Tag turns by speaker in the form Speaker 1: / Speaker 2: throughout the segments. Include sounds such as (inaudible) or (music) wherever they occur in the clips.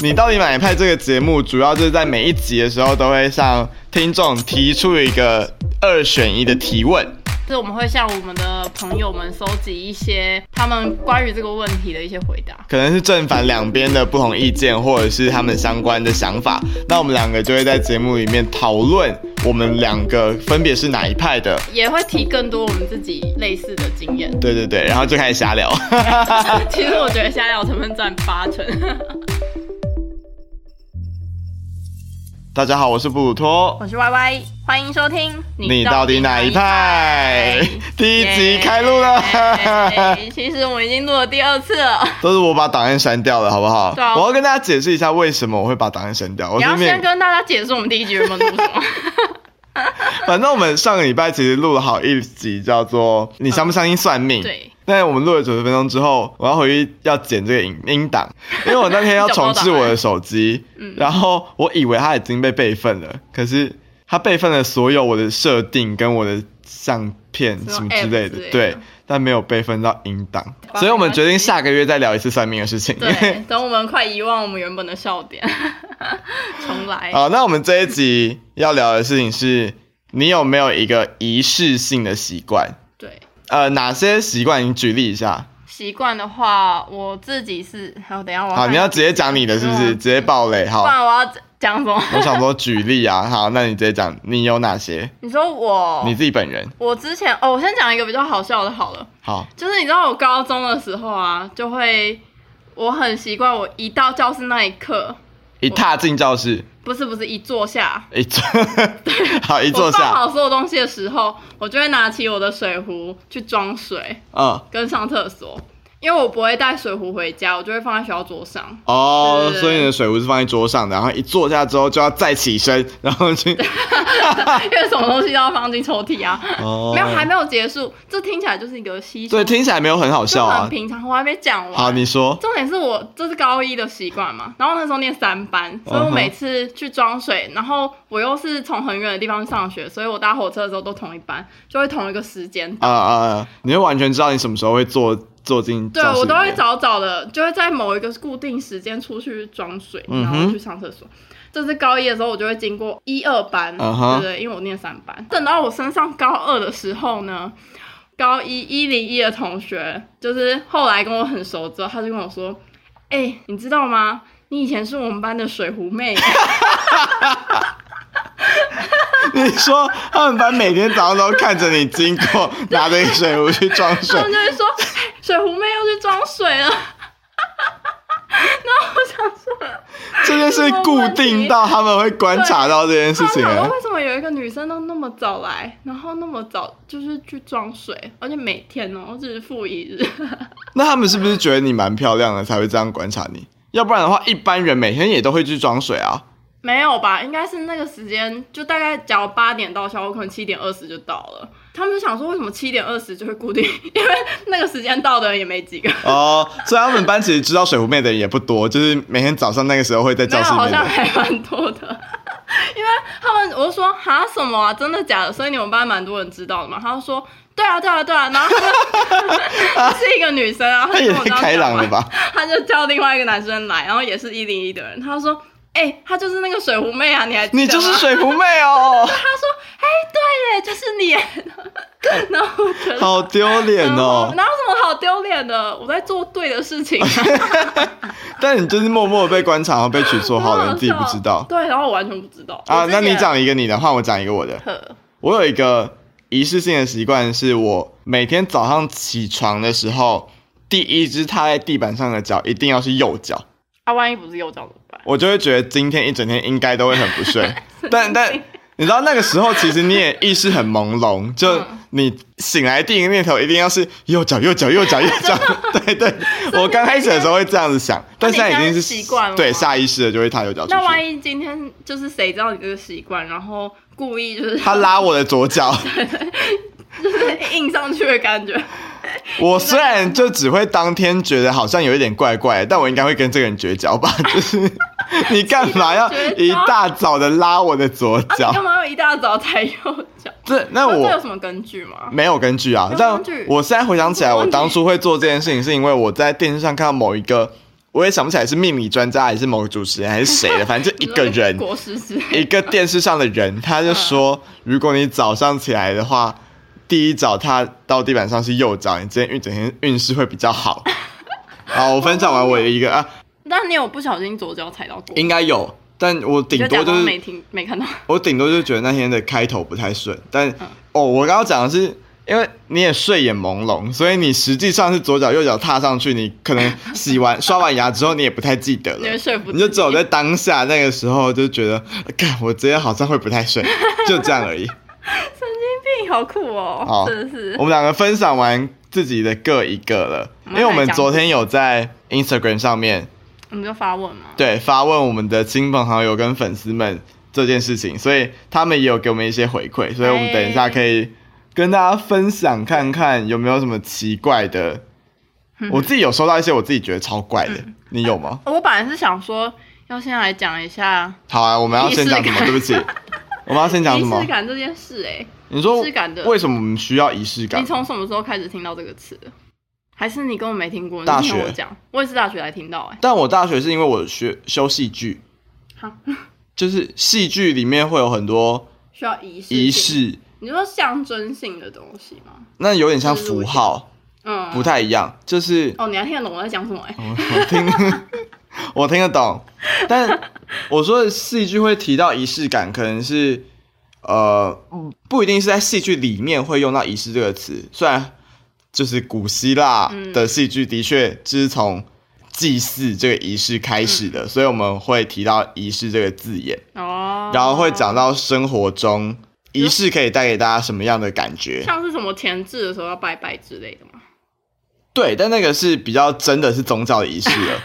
Speaker 1: 你到底买派这个节目，主要就是在每一集的时候都会向听众提出一个二选一的提问。
Speaker 2: 就是我们会向我们的朋友们搜集一些他们关于这个问题的一些回答。
Speaker 1: 可能是正反两边的不同意见，或者是他们相关的想法。那我们两个就会在节目里面讨论我们两个分别是哪一派的。。
Speaker 2: 也会提更多我们自己类似的经验 (laughs)
Speaker 1: 对对对，然后就开始瞎聊。 (laughs)
Speaker 2: 其实我觉得瞎聊成分占八成。
Speaker 1: 大家好，我是布鲁托。
Speaker 2: 我是 Y Y，欢迎收听。
Speaker 1: 你到底哪一派？ (laughs) 第一集开录了， (laughs)
Speaker 2: 耶其实我们已经录了第二次了。
Speaker 1: 都是我把档案删掉了，好不好？
Speaker 2: 对啊
Speaker 1: 我要跟大家解释一下为什么我会把档案删掉。我
Speaker 2: 你
Speaker 1: 是
Speaker 2: 要
Speaker 1: 因为
Speaker 2: 先跟大家解释我们第一集原本录什
Speaker 1: (laughs)
Speaker 2: 么。
Speaker 1: 反正我们上个礼拜其实录了好一集，叫做“你相不相信算命”
Speaker 2: 对。
Speaker 1: 但我们录了九十分钟之后，我要回去要剪这个音音
Speaker 2: (laughs)
Speaker 1: 档，因为我那天要重置我的手机，
Speaker 2: 嗯
Speaker 1: 然后我以为它已经被备份了，可是它备份了所有我的设定跟我的相片什么之类的
Speaker 2: 什么 app 之类，的
Speaker 1: 对，但没有备份到音档，
Speaker 2: 好
Speaker 1: 所以我们决定下个月再聊一次算命的事情。因为
Speaker 2: 对，等我们快遗忘我们原本的笑点， (laughs) 重来。
Speaker 1: 好，那我们这一集要聊的事情是，你有没有一个仪式性的习惯？
Speaker 2: 对，
Speaker 1: 呃，哪些习惯？你举例一下。
Speaker 2: 习惯的话，我自己是， (laughs) 好，等一下我要
Speaker 1: 好，
Speaker 2: 看
Speaker 1: 你要直接讲你的，是不是？
Speaker 2: 嗯
Speaker 1: 直接爆雷。
Speaker 2: 不
Speaker 1: 好，
Speaker 2: 然我要讲什么？
Speaker 1: 我想说举例啊。好，那你直接讲，你有哪些？
Speaker 2: 你说我，
Speaker 1: 你自己本人。
Speaker 2: 我之前哦，我先讲一个比较好笑的，好了，
Speaker 1: 好，
Speaker 2: 就是你知道我高中的时候啊，就会我很习惯，我一到教室那一刻，
Speaker 1: 一踏进教室，
Speaker 2: 不是不是一坐下，
Speaker 1: 一坐， (laughs) 好，一坐
Speaker 2: 我放
Speaker 1: 下，
Speaker 2: 好所有东西的时候，我就会拿起我的水壶去装水
Speaker 1: 嗯，
Speaker 2: 跟上厕所，因为我不会带水壶回家，我就会放在学校桌上。 (laughs)
Speaker 1: 哦
Speaker 2: 对，对对
Speaker 1: 所以你的水壶是放在桌上的，然后一坐下之后就要再起身，然后
Speaker 2: (laughs)
Speaker 1: 去，
Speaker 2: 因为什么东西都要放进抽屉啊。
Speaker 1: 哦
Speaker 2: 没有，还没有结束，这听起来就是一个稀松，
Speaker 1: 对，听起来没有很好
Speaker 2: 就
Speaker 1: 笑
Speaker 2: 很
Speaker 1: 啊。
Speaker 2: 平常。我还没讲完。
Speaker 1: 好，你说，
Speaker 2: 重点是我这是高一的习惯嘛，然后那时候念三班，所以我
Speaker 1: 嗯哼
Speaker 2: 每次去装水，然后我又是从很远的地方上学，所以我搭火车的时候都同一班，就会同一个时间。
Speaker 1: 啊啊，啊你会完全知道你什么时候会坐坐进
Speaker 2: 对啊
Speaker 1: 教室里面。
Speaker 2: 我都会早早的，就会在某一个固定时间出去装水，
Speaker 1: 嗯
Speaker 2: 然
Speaker 1: 哼
Speaker 2: 后去上厕所。这是高一的时候，我就会经过一二班，
Speaker 1: 嗯哼
Speaker 2: 对对，因为我念三班。等到我升上高二的时候呢，高一一零一的同学，就是后来跟我很熟之后，他就跟我说：“哎、你知道吗？你以前是我们班的水
Speaker 1: (laughs)
Speaker 2: 壶妹。”
Speaker 1: 你说他们班每天早上都看着你经过，拿着一个水壶去装水
Speaker 2: (laughs) 他，们就会说哎水壶妹又去装水了。
Speaker 1: 这件事固定到他们会观察到这件事
Speaker 2: (laughs)
Speaker 1: 情啊了
Speaker 2: 他们想说。为什么有一个女生都那么早来，然后那么早就是去装水，而且每天哦，日复一日。 (laughs)
Speaker 1: 那他们是不是觉得你蛮漂亮的才会这样观察你？要不然的话，一般人每天也都会去装水啊。
Speaker 2: 没有吧？应该是那个时间，就大概假如八点到校，我可能七点二十就到了。他们就想说，为什么七点二十就会固定？因为那个时间到的人也没
Speaker 1: (laughs)
Speaker 2: 几个，
Speaker 1: 哦，所以他们班其实知道水壶妹的人也不多，就是每天早上那个时候会在
Speaker 2: 没
Speaker 1: 教
Speaker 2: 有，
Speaker 1: 室里
Speaker 2: 好
Speaker 1: 面
Speaker 2: 像
Speaker 1: 的。
Speaker 2: 还蛮多的。因为他们，我就说哈什么啊，真的假的？所以你们班蛮多人知道的嘛？他就说对啊，对啊，对啊。然后他们 (laughs) 是一个女生啊，
Speaker 1: (laughs) 他
Speaker 2: 就
Speaker 1: 也
Speaker 2: 跟我
Speaker 1: 太
Speaker 2: 这样
Speaker 1: 开
Speaker 2: 讲
Speaker 1: 朗
Speaker 2: 嘛
Speaker 1: 了吧？
Speaker 2: (laughs) 他就叫另外一个男生来，然后也是一零一的人，他就说：“哎、他就是那个水壶妹啊，你还记得吗
Speaker 1: 你就是水壶妹哦，
Speaker 2: 他说：“哎、对耶，就是你耶。” (laughs) 然后我觉得
Speaker 1: 好丢脸
Speaker 2: (laughs)
Speaker 1: 哦！
Speaker 2: 哪有什么好丢脸的？我在做对的事情啊，
Speaker 1: (laughs) 但你就是默默地被观察，然后被取绰号
Speaker 2: 很
Speaker 1: 了，
Speaker 2: 好
Speaker 1: 你 (laughs) 自己不
Speaker 2: 笑
Speaker 1: 知道
Speaker 2: 对，然后我完全不知道
Speaker 1: 啊？
Speaker 2: 我自己
Speaker 1: 那
Speaker 2: 也
Speaker 1: 你讲一个你的，换我讲一个我的。
Speaker 2: (laughs) 呵
Speaker 1: 我有一个仪式性的习惯，是我每天早上起床的时候，第一只踏在地板上的脚一定要是右脚，
Speaker 2: 啊，万一不是右脚怎么办？
Speaker 1: 我就会觉得今天一整天应该都会很不
Speaker 2: (laughs)
Speaker 1: 睡。但但你知道那个时候，其实你也意识很朦
Speaker 2: (laughs)
Speaker 1: 胧，就
Speaker 2: 嗯
Speaker 1: 你醒来第一个念头一定要是右脚右脚右脚右
Speaker 2: (laughs)
Speaker 1: 脚。对对，我刚开始的时候会这样子想，但现在已经是
Speaker 2: 那你现在习惯了吗
Speaker 1: 对下意识的就会踏右脚出
Speaker 2: 那
Speaker 1: 去。
Speaker 2: 万一今天就是谁知道你这个习惯，然后故意就是 (laughs)
Speaker 1: 他拉我的左脚，
Speaker 2: 就是硬上去的感觉，
Speaker 1: 我虽
Speaker 2: (laughs)
Speaker 1: 然就只会当天觉得好像有一点怪怪，但我应该会跟这个人绝交吧，就是你干嘛要一大早的拉我的左
Speaker 2: 啊，
Speaker 1: 脚
Speaker 2: (laughs) 你？干嘛要一大早才右脚？
Speaker 1: 这那
Speaker 2: 这有
Speaker 1: 我
Speaker 2: 什么根据吗？
Speaker 1: 没有根据啊
Speaker 2: 没。有
Speaker 1: 但
Speaker 2: 根据
Speaker 1: 我现在回想起来，
Speaker 2: 这是
Speaker 1: 我
Speaker 2: 问题
Speaker 1: 当初会做这件事情，是因为我在电视上看到某一个，我也想不起来是命理专家还是某个主持人还是谁
Speaker 2: (laughs)
Speaker 1: 的，反正就一个
Speaker 2: 你说
Speaker 1: 人，
Speaker 2: 国师之类
Speaker 1: 一个电视上的人，他就说，如果你早上起来的话，第一脚踏到地板上是右脚，你今天运整天运势会比较好。好，我分享完我的一个啊，
Speaker 2: 但你有不小心左脚踩到过？
Speaker 1: 应该有，但我顶
Speaker 2: 你就
Speaker 1: 多
Speaker 2: 假
Speaker 1: 就
Speaker 2: 装
Speaker 1: 是
Speaker 2: 没听没看到。
Speaker 1: 我顶多就觉得那天的开头不太顺，但、哦，我刚刚讲的是，因为你也睡眼朦胧，所以你实际上是左脚右脚踏上去，你可能洗完刷完牙之后，你也不太记
Speaker 2: (laughs)
Speaker 1: 得
Speaker 2: 你
Speaker 1: 了
Speaker 2: 会说服，
Speaker 1: 呃你就只有在当下那个时候就觉得，干，我今天好像会不太顺，就这样而已。
Speaker 2: 神经病，好酷哦
Speaker 1: 好，
Speaker 2: 真的是 (laughs)
Speaker 1: 我。们两个分享完自己的各一个了，
Speaker 2: 我
Speaker 1: 因
Speaker 2: 们
Speaker 1: 为我们
Speaker 2: 来讲
Speaker 1: 昨天有在 Instagram 上面
Speaker 2: 我们就发问嘛。
Speaker 1: 对发问我们的亲朋好友跟粉丝们这件事情，所以他们也有给我们一些回馈，所以我们等一下可以跟大家分享看看有没有什么奇怪的。
Speaker 2: 嗯
Speaker 1: 我自己有收到一些我自己觉得超怪的，你有
Speaker 2: (laughs)
Speaker 1: 吗？
Speaker 2: 我本来是想说要先来讲一下
Speaker 1: 好啊，我们要先讲什
Speaker 2: 仪
Speaker 1: 么？
Speaker 2: 式感
Speaker 1: 对不起，我们要先讲
Speaker 2: 仪
Speaker 1: 什么
Speaker 2: 式？感这件事、欸，
Speaker 1: 你说
Speaker 2: 仪式感的
Speaker 1: 为什么我们需要仪式
Speaker 2: 哎，
Speaker 1: 感
Speaker 2: 你？从什么时候开始听到这个词的？还是你根本没听过？你
Speaker 1: 大
Speaker 2: 听
Speaker 1: 学
Speaker 2: 我讲，我也是大学才听到、欸，
Speaker 1: 但我大学是因为我学修戏剧，
Speaker 2: 好，
Speaker 1: 就是戏剧里面会有很多
Speaker 2: 需要仪式。
Speaker 1: 仪，式，
Speaker 2: 你说象征性的东西吗？
Speaker 1: 那有点像符号，
Speaker 2: 嗯，
Speaker 1: 不太一样。就是
Speaker 2: 哦，你还听得懂我在讲什么、欸？哎、
Speaker 1: 我我听 (laughs) 我听得懂，但我说的戏剧会提到仪式感，可能是呃不一定是在戏剧里面会用到仪式这个词，虽然就是古希腊的戏剧的确就是从祭祀这个仪式开始的，所以我们会提到仪式这个字眼。
Speaker 2: 哦，
Speaker 1: 然后会讲到生活中仪式可以带给大家什么样的感觉。
Speaker 2: 像是什么前置的时候要拜拜之类的嘛，
Speaker 1: 对，但那个是比较真的是宗教的仪式
Speaker 2: (laughs)
Speaker 1: 了。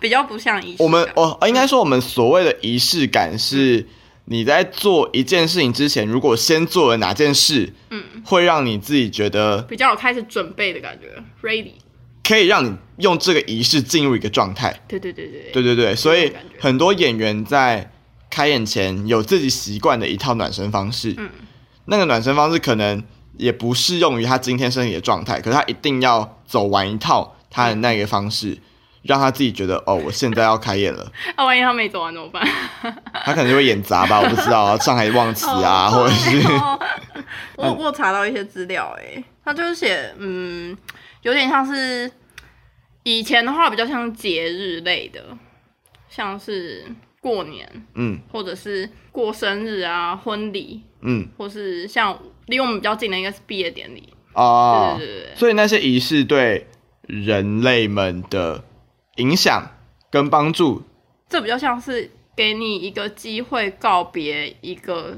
Speaker 2: 比较不像仪式感。
Speaker 1: 我们哦，应该说我们所谓的仪式感是你在做一件事情之前，如果先做了哪件事，
Speaker 2: 嗯，
Speaker 1: 会让你自己觉得
Speaker 2: 比较有开始准备的感觉，ready。
Speaker 1: 可以让你用这个仪式进入一个状态。
Speaker 2: 对对对对
Speaker 1: 对对对，所
Speaker 2: 这
Speaker 1: 以
Speaker 2: 种感觉
Speaker 1: 很多演员在开演前有自己习惯的一套暖身方式，
Speaker 2: 嗯
Speaker 1: 那个暖身方式可能也不适用于他今天身体的状态，可是他一定要走完一套他的那个方式，让他自己觉得哦，我现在要开演了，
Speaker 2: 那、啊万一他没走完
Speaker 1: (laughs)
Speaker 2: 怎么办？
Speaker 1: 他可能就会演砸吧，我不知道啊，上海忘词啊，或者是
Speaker 2: (laughs) 哦
Speaker 1: (laughs)
Speaker 2: 我我有查到一些资料、哎，他就是写，嗯，有点像是以前的话比较像节日类的，像是过年
Speaker 1: 嗯
Speaker 2: 或者是过生日啊、婚礼，
Speaker 1: 嗯
Speaker 2: 或是像离我们比较近的应该是毕业典礼。
Speaker 1: 哦，
Speaker 2: 对对对对对
Speaker 1: 所以那些仪式对人类们的影响跟帮助，
Speaker 2: 这比较像是给你一个机会告别一个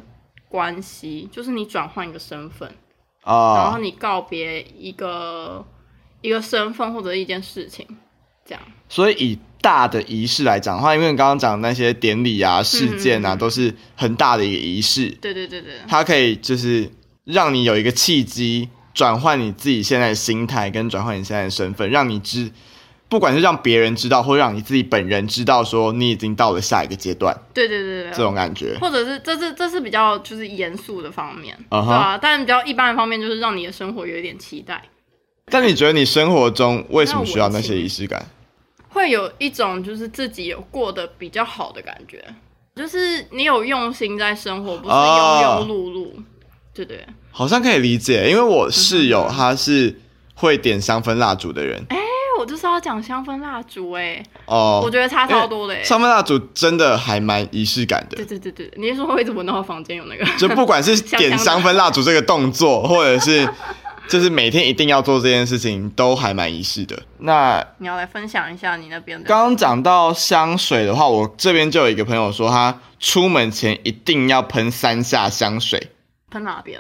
Speaker 2: 关系，就是你转换一个身份。然后
Speaker 1: 啊，
Speaker 2: 你告别一个一个身份或者一件事情，这样
Speaker 1: 所以以大的仪式来讲的话，因为你刚刚讲的那些典礼啊、事件啊，都是很大的一个仪式。
Speaker 2: 对对对对，
Speaker 1: 它可以就是让你有一个契机，转换你自己现在的心态，跟转换你现在的身份，让你知，不管是让别人知道，或让你自己本人知道，说你已经到了下一个阶段，
Speaker 2: 对对对对
Speaker 1: 这
Speaker 2: 对，
Speaker 1: 种感觉。
Speaker 2: 或者是这是这是比较就是严肃的方面
Speaker 1: 嗯哼
Speaker 2: 对啊，但比较一般的方面就是让你的生活有一点期待，
Speaker 1: 但你觉得你生活中为什么需要那些仪式感？
Speaker 2: 会有一种就是自己有过得比较好的感觉，就是你有用心在生活，不是庸
Speaker 1: 啊
Speaker 2: 庸碌碌对对，对
Speaker 1: 好像可以理解，因为我室友他是会点香氛蜡烛的人
Speaker 2: 嗯哎，我就是要讲香氛蜡烛哎，
Speaker 1: 哦，
Speaker 2: 我觉得差超多的哎，
Speaker 1: 香氛蜡烛真的还蛮仪式感的
Speaker 2: 对。对对对，你是说会一直闻到房间有那个？
Speaker 1: 就不管是
Speaker 2: 香
Speaker 1: 点香
Speaker 2: 香
Speaker 1: 氛蜡烛这个动作，或者是就是每天一定要做这件事情，都还蛮仪式的。那
Speaker 2: (laughs) 你要来分享一下你那边的
Speaker 1: 刚刚讲到香水的话，我这边就有一个朋友说，他出门前一定要喷三下香水。
Speaker 2: 喷哪边？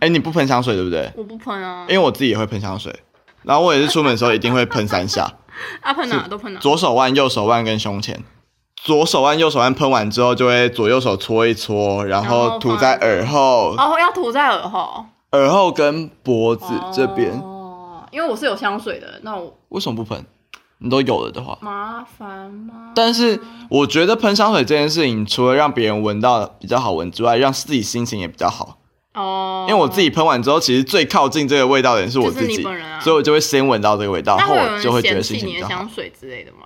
Speaker 1: 哎，你不喷香水对不对？
Speaker 2: 我不喷啊
Speaker 1: 因，为我自己也会喷香水，然后我也是出门的时候一定会喷三下，
Speaker 2: 啊喷哪都喷哪。
Speaker 1: 左手腕、右手腕跟胸前。左手腕、右手腕喷完之后，就会左右手搓一搓，然
Speaker 2: 然
Speaker 1: 后
Speaker 2: 后
Speaker 1: 涂在
Speaker 2: 放
Speaker 1: 耳后、
Speaker 2: 哦，要涂在耳后，
Speaker 1: 耳后跟脖子这边。
Speaker 2: 哦哦，因为我是有香水的，那我
Speaker 1: 为什么不喷？你都有了的话，
Speaker 2: 麻烦吗？
Speaker 1: 但是我觉得喷香水这件事情，除了让别人闻到比较好闻之外，让自己心情也比较好。
Speaker 2: 哦，
Speaker 1: 因为我自己喷完之后，其实最靠近这个味道的人是我自
Speaker 2: 就是
Speaker 1: 己，
Speaker 2: 你本人啊
Speaker 1: 所以我就会先闻到这个味道，然
Speaker 2: 那
Speaker 1: 后
Speaker 2: 会有
Speaker 1: 我
Speaker 2: 人
Speaker 1: 就会觉得心
Speaker 2: 嫌弃
Speaker 1: 情
Speaker 2: 你
Speaker 1: 比
Speaker 2: 的
Speaker 1: 较好
Speaker 2: 香。水之类的吗？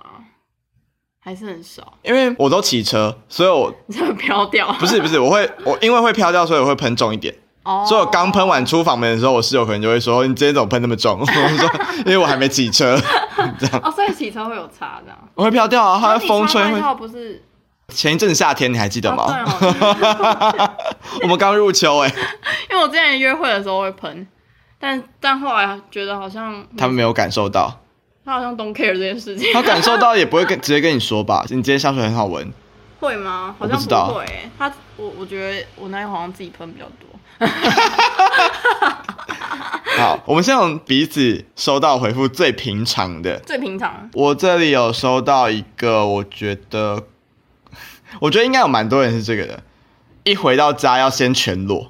Speaker 2: 还是很少， (laughs)
Speaker 1: 因为我都骑车，所以我
Speaker 2: 你才会飘掉。
Speaker 1: 不是不是，我会我因为会飘掉，所以我会喷重一点。
Speaker 2: 哦，
Speaker 1: 所以我刚喷完出房门的时候，我室友可能就会说：“你今天怎么喷那么重？” (laughs) 我说：“因为我还没骑车，
Speaker 2: 哦，所以骑车会有差这样。
Speaker 1: 我会飘掉啊，它
Speaker 2: 那
Speaker 1: 会
Speaker 2: 你
Speaker 1: 风
Speaker 2: 穿
Speaker 1: 吹
Speaker 2: 外
Speaker 1: 会。
Speaker 2: 套不是
Speaker 1: 前一阵夏天你还记得吗？
Speaker 2: 啊对哦
Speaker 1: 我们刚入秋哎、
Speaker 2: 因为我之前约会的时候会喷，但但后来觉得好像嗯
Speaker 1: 他们没有感受到，
Speaker 2: 他好像 don't care 这件事情，
Speaker 1: 他感受到也不会跟直接跟你说吧，你今天香水很好闻，
Speaker 2: (laughs) 会吗？好
Speaker 1: 我不
Speaker 2: 像
Speaker 1: 知道
Speaker 2: 不会、欸。他我我觉得我那天好像自己喷比较多。
Speaker 1: 好，我们先从彼此收到回复最平常的。
Speaker 2: 最平常，
Speaker 1: 我这里有收到一个，我觉得， (laughs) 我觉得应该有蛮多人是这个的。一回到家要先全裸，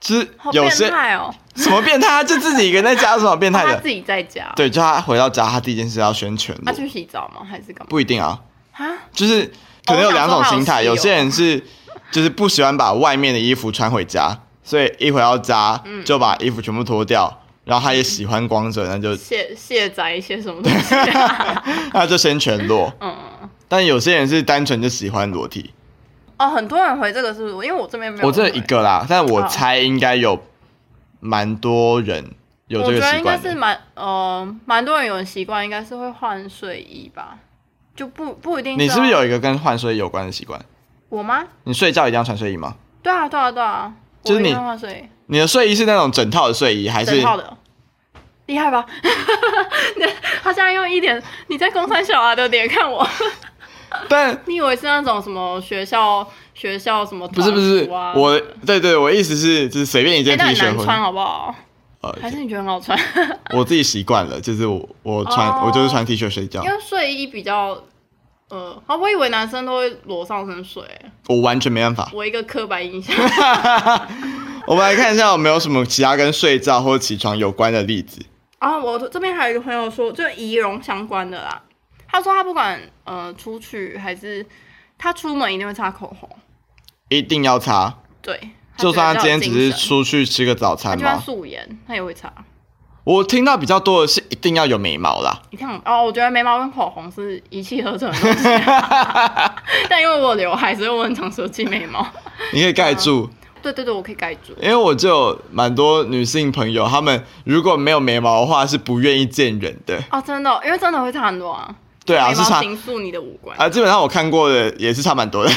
Speaker 1: 就是
Speaker 2: 好变
Speaker 1: 有些
Speaker 2: 态哦、
Speaker 1: 什么变态，他就自己一个人在家，有什么变态
Speaker 2: 他
Speaker 1: 的
Speaker 2: 自？己在家，
Speaker 1: 对，就他回到家，他第一件事要先全
Speaker 2: 他
Speaker 1: 裸，
Speaker 2: 去洗澡吗？还是干嘛？
Speaker 1: 不一定啊，
Speaker 2: 啊，
Speaker 1: 就是可能有两种心态，
Speaker 2: 哦我想说还有
Speaker 1: 有
Speaker 2: 室
Speaker 1: 些
Speaker 2: 友
Speaker 1: 人是就是不喜欢把外面的衣服穿回家，所以一回到家
Speaker 2: 嗯
Speaker 1: 就把衣服全部脱掉，然后他也喜欢光着，那
Speaker 2: (laughs)
Speaker 1: 就
Speaker 2: 卸卸载一些什么东西、啊？
Speaker 1: 那就先全裸。
Speaker 2: (laughs) 嗯，
Speaker 1: 但有些人是单纯就喜欢裸体，
Speaker 2: 哦，很多人回这个是不是？因为我这边没有，哦
Speaker 1: 我这一，个啦，但我猜应该有蛮多人有
Speaker 2: 我
Speaker 1: 这
Speaker 2: 觉
Speaker 1: 个
Speaker 2: 得
Speaker 1: 习
Speaker 2: 应该
Speaker 1: 惯
Speaker 2: 是
Speaker 1: 的。
Speaker 2: 蛮呃蛮多人有习惯，应该是会换睡衣吧，就不不一定
Speaker 1: 你
Speaker 2: 要
Speaker 1: 是不是有一个跟换睡衣有关的习惯？
Speaker 2: 我吗？
Speaker 1: 你睡觉一定要穿睡衣吗？
Speaker 2: 对啊，对啊，对啊，
Speaker 1: 就是
Speaker 2: 我一定
Speaker 1: 你哎
Speaker 2: 要换睡
Speaker 1: 你的睡衣是那种整套的睡衣，还
Speaker 2: 衣，
Speaker 1: 是
Speaker 2: 整套的，厉害吧？ (laughs) 他现在用一点，你在公山小啊的脸看我， (laughs)
Speaker 1: 但
Speaker 2: 你以为是那种什么学校学校什么、
Speaker 1: 不是不是，
Speaker 2: 啊、
Speaker 1: 我对对，我意思是就是随便一
Speaker 2: 哎、
Speaker 1: 件 T
Speaker 2: 那很
Speaker 1: 恤
Speaker 2: 难
Speaker 1: 或
Speaker 2: 穿
Speaker 1: 者
Speaker 2: 好不好？还
Speaker 1: 呃，
Speaker 2: 是你觉得很好穿？
Speaker 1: 我自己习惯了，就是我我穿、
Speaker 2: 哦
Speaker 1: 我就是穿 T 恤睡觉
Speaker 2: 因，为睡衣比较，呃，啊，我以为男生都会裸上身睡，
Speaker 1: 我完全没办法。 (laughs)
Speaker 2: 我一个刻板印象。
Speaker 1: 我们来看一下有没有什么其他跟睡觉或起床有关的例子。
Speaker 2: 然后啊我这边还有一个朋友说，就仪容相关的啦，他说他不管呃出去还是他出门一定会擦口红，
Speaker 1: 一定要擦，
Speaker 2: 对，
Speaker 1: 就算
Speaker 2: 他
Speaker 1: 他
Speaker 2: 觉
Speaker 1: 今天
Speaker 2: 得比
Speaker 1: 只
Speaker 2: 较有精
Speaker 1: 是
Speaker 2: 神
Speaker 1: 出去吃个早
Speaker 2: 他
Speaker 1: 餐
Speaker 2: 就算
Speaker 1: 嘛。
Speaker 2: 素颜他也会擦。
Speaker 1: 我听到比较多的是一定要有眉毛啦，
Speaker 2: 你看我哦，我觉得眉毛跟口红是一气呵成的东西、啊
Speaker 1: (laughs)
Speaker 2: 但因为我有刘海，所以我很常舍弃眉毛。 (laughs)
Speaker 1: 你可以
Speaker 2: 嗯
Speaker 1: 盖住，
Speaker 2: 对对对，我可以盖住。
Speaker 1: 因为我就有蛮多女性朋友，她们如果没有眉毛的话是不愿意见人的。
Speaker 2: 哦，真的哦、因为真的会差很多啊。
Speaker 1: 对啊，
Speaker 2: 眉
Speaker 1: 是
Speaker 2: 毛
Speaker 1: 差
Speaker 2: 形塑你的五官，
Speaker 1: 啊，基本上我看过的也是差蛮多的。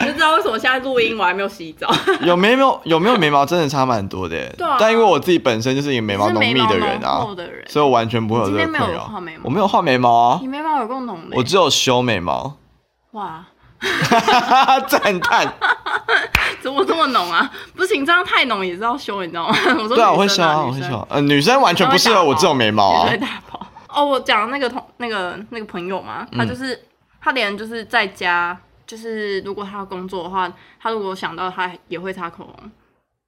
Speaker 2: 你就知道为什么现在录音我还没有洗澡。
Speaker 1: 有眉毛有没有眉毛真的差蛮多的，
Speaker 2: 对啊
Speaker 1: 但因为我自己本身就是一个眉毛浓密的人
Speaker 2: (laughs) 你是眉毛
Speaker 1: 啊
Speaker 2: 浓，厚的人
Speaker 1: 所以我完全不会有这个
Speaker 2: 你今
Speaker 1: 困
Speaker 2: 天没有
Speaker 1: 扰
Speaker 2: 画眉。毛
Speaker 1: 我没有画眉毛啊
Speaker 2: 你，眉毛有够浓的
Speaker 1: 我
Speaker 2: 耶，
Speaker 1: 只有修眉毛。
Speaker 2: (laughs) 哇，
Speaker 1: 赞叹，
Speaker 2: 怎么这么浓啊？不行，这样太浓也是要修，你知道吗？ (laughs) 我说
Speaker 1: 对啊，我会
Speaker 2: 女
Speaker 1: 修
Speaker 2: 生
Speaker 1: 啊，我
Speaker 2: 女
Speaker 1: 会
Speaker 2: 生
Speaker 1: 修啊。呃，女生完全不适合我这种眉毛
Speaker 2: 也
Speaker 1: 啊
Speaker 2: 是会。打包。哦，我讲那个同那个那个朋友嘛，
Speaker 1: 嗯
Speaker 2: 他就是、他连就是在家，就是如果他要工作的话，他如果想到他也会擦口红，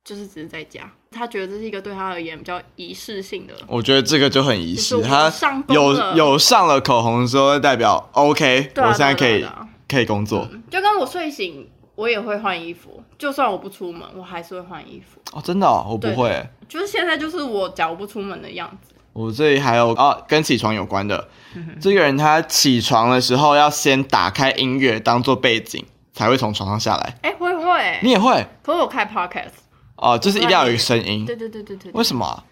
Speaker 2: 就是只是在家，他觉得这是一个对他而言比较仪式性的。
Speaker 1: 我觉得这个就很仪
Speaker 2: 就是
Speaker 1: 式，
Speaker 2: 我
Speaker 1: 她
Speaker 2: 上工
Speaker 1: 有
Speaker 2: 了
Speaker 1: 有上了口红之后，代表 OK，
Speaker 2: 对啊
Speaker 1: 我现在可
Speaker 2: 对啊
Speaker 1: 以
Speaker 2: 对啊
Speaker 1: 可以工作。
Speaker 2: 就跟我睡醒，我也会换衣服，就算我不出门，我还是会换衣服。
Speaker 1: 哦，真的哦，我不
Speaker 2: 对
Speaker 1: 会。
Speaker 2: 就是现在就是我假如不出门的样子，
Speaker 1: 我这里还有啊，跟起床有关的。
Speaker 2: 嗯
Speaker 1: 这个人他起床的时候要先打开音乐当做背景，才会从床上下来。
Speaker 2: 哎、会会、欸，
Speaker 1: 你也会
Speaker 2: 可是我开 podcast，
Speaker 1: 哦、就是一定要有一个声音
Speaker 2: 对。对对对对，
Speaker 1: 为什么啊、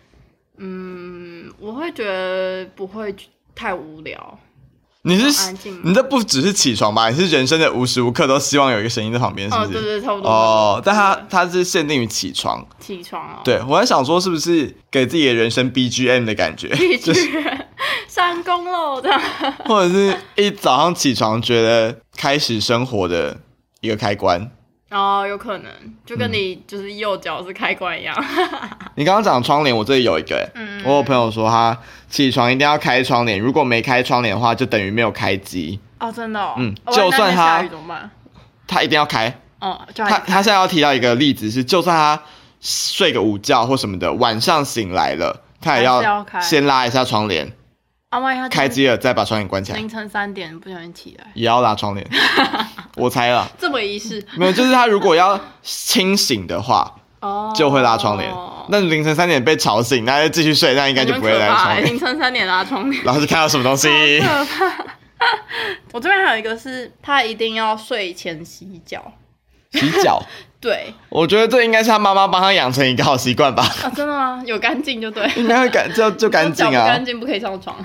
Speaker 2: 嗯，我会觉得不会太无聊，
Speaker 1: 你
Speaker 2: 好
Speaker 1: 是
Speaker 2: 安静
Speaker 1: 你这不只是起床吧？你是人生的无时无刻都希望有一个声音在旁边，是
Speaker 2: 哦，
Speaker 1: 不
Speaker 2: 对
Speaker 1: 是？
Speaker 2: 对，差不多。
Speaker 1: 哦，但他
Speaker 2: 对
Speaker 1: 他是限定于起床。
Speaker 2: 起床哦，
Speaker 1: 对我在想说，是不是给自己的人生 BGM 的感
Speaker 2: (laughs)
Speaker 1: 觉，
Speaker 2: 必须上工喽这样。 (laughs)
Speaker 1: 或者是一早上起床觉得开始生活的一个开关？
Speaker 2: 哦，有可能就跟你就是右脚是开关一样，
Speaker 1: 你刚刚讲窗帘，我这里有一个、欸，
Speaker 2: 嗯
Speaker 1: 我有朋友说他起床一定要开窗帘，如果没开窗帘的话，就等于没有开机。
Speaker 2: (laughs) 哦，真的、哦，
Speaker 1: 嗯
Speaker 2: 哦万一
Speaker 1: 就算
Speaker 2: 那天
Speaker 1: 它
Speaker 2: 下雨怎么办？
Speaker 1: 他一定要开。
Speaker 2: 哦，就
Speaker 1: 他
Speaker 2: 还
Speaker 1: 他现在要提到一个例子是，就算他睡个午觉或什么的，晚上醒来了，他也
Speaker 2: 还是要开
Speaker 1: 先拉一下窗帘，
Speaker 2: 啊，万一他今
Speaker 1: 开机了再把窗帘关起来
Speaker 2: 凌，晨三点不小心起来，
Speaker 1: 也要拉窗帘。
Speaker 2: (laughs)
Speaker 1: 我猜了，
Speaker 3: 这么仪式
Speaker 1: 没有，就是他如果要清醒的话，
Speaker 3: 哦，
Speaker 1: (laughs) 就会拉窗帘。
Speaker 2: 哦
Speaker 1: 那凌晨三点被吵醒，那就继续睡，那应该就不会拉窗
Speaker 3: 很可怕欸凌
Speaker 1: 帘。
Speaker 3: 晨三点拉窗
Speaker 2: (laughs)
Speaker 3: 帘。
Speaker 1: 然后就看到什么东西，
Speaker 2: 可怕。
Speaker 3: 我这边还有一个是，他一定要睡前洗脚。
Speaker 1: 洗脚。
Speaker 3: 对
Speaker 1: 我觉得这应该是他妈妈帮他养成一个好习惯吧，
Speaker 2: (laughs)
Speaker 3: 啊，真的吗？有干净就对，
Speaker 1: 应该会干就就干净
Speaker 3: 脚不
Speaker 1: 啊
Speaker 3: 干。净不可以上床。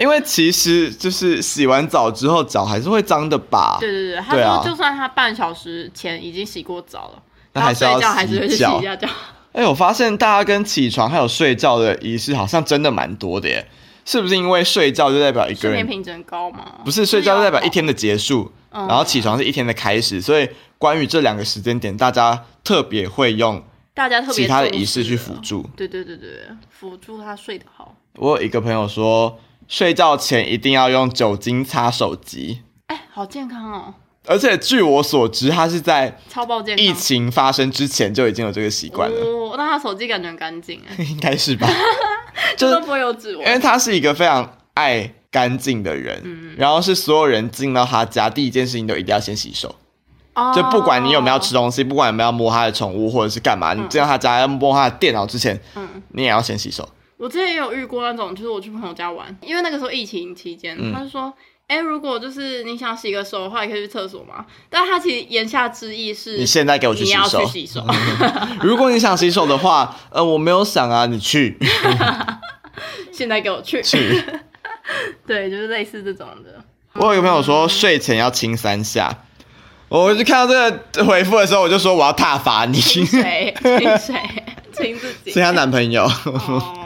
Speaker 1: 因为其实就是洗完澡之后脚还是会脏的吧，
Speaker 2: 对对对，他
Speaker 1: 对啊
Speaker 2: 说就算他半小时前已经洗过澡了，
Speaker 1: 那还是
Speaker 3: 然后睡觉
Speaker 1: 要
Speaker 3: 还是会去
Speaker 1: 洗
Speaker 3: 洗
Speaker 1: 脚
Speaker 2: 啊
Speaker 3: 一。下脚。
Speaker 1: 哎、我发现大家跟起床还有睡觉的仪式好像真的蛮多的耶，是不是因为睡觉就代表一个
Speaker 2: 睡眠
Speaker 1: 人
Speaker 2: 品质高吗？
Speaker 1: 不是睡觉就代表一天的结束，
Speaker 2: 嗯
Speaker 1: 然后起床是一天的开始，所以关于这两个时间点，大家特别会用
Speaker 2: 大家特别
Speaker 1: 其他的
Speaker 2: 重视
Speaker 1: 仪式去
Speaker 2: 了
Speaker 1: 辅。助。
Speaker 2: 对对对对，对辅助他睡得好。
Speaker 1: 我有一个朋友说，睡觉前一定要用酒精擦手机，
Speaker 2: 哎，好健康哦，
Speaker 1: 而且据我所知，他是在
Speaker 2: 超爆健康。
Speaker 1: 疫情发生之前就已经有这个习惯了，
Speaker 2: 哦，那他手机感觉很干净哎，
Speaker 1: (laughs) 应该
Speaker 2: (laughs)
Speaker 1: 是吧？就
Speaker 3: 这都
Speaker 1: 是
Speaker 3: 不会有指纹
Speaker 1: 因。为他是一个非常爱干净的人，
Speaker 2: 嗯
Speaker 1: 然后是所有人进到他家第一件事情都一定要先洗手，
Speaker 2: 哦
Speaker 1: 哎就不管你有没有吃东西，不管有没有摸他的宠物或者是干嘛，你进到他家要摸他的电脑之前，
Speaker 2: 嗯
Speaker 1: 你也要先洗手。
Speaker 2: 我之前也有遇过那种，就是我去朋友家玩，因为那个时候疫情期间，
Speaker 1: 嗯
Speaker 2: 他就说，哎、如果就是你想洗个手的话，也可以去厕所嘛。但他其实言下之意是，
Speaker 1: 你现在给我去
Speaker 2: 你
Speaker 1: 洗
Speaker 2: 要
Speaker 1: 手
Speaker 2: 去。洗手，
Speaker 1: (laughs) 如果你想洗手的话，呃，我没有想啊，你去
Speaker 2: 现在给我去。
Speaker 1: 去。
Speaker 2: 对，就是类似这种
Speaker 1: (laughs)
Speaker 2: 的。
Speaker 1: 我有一个朋友说睡前要亲三下，我就看到这个回复的时候，我就说我要踏伐你，(laughs)
Speaker 2: 亲
Speaker 1: 是
Speaker 2: 谁？亲谁？亲自己。
Speaker 1: 她男朋 (laughs) 友。
Speaker 2: 哦，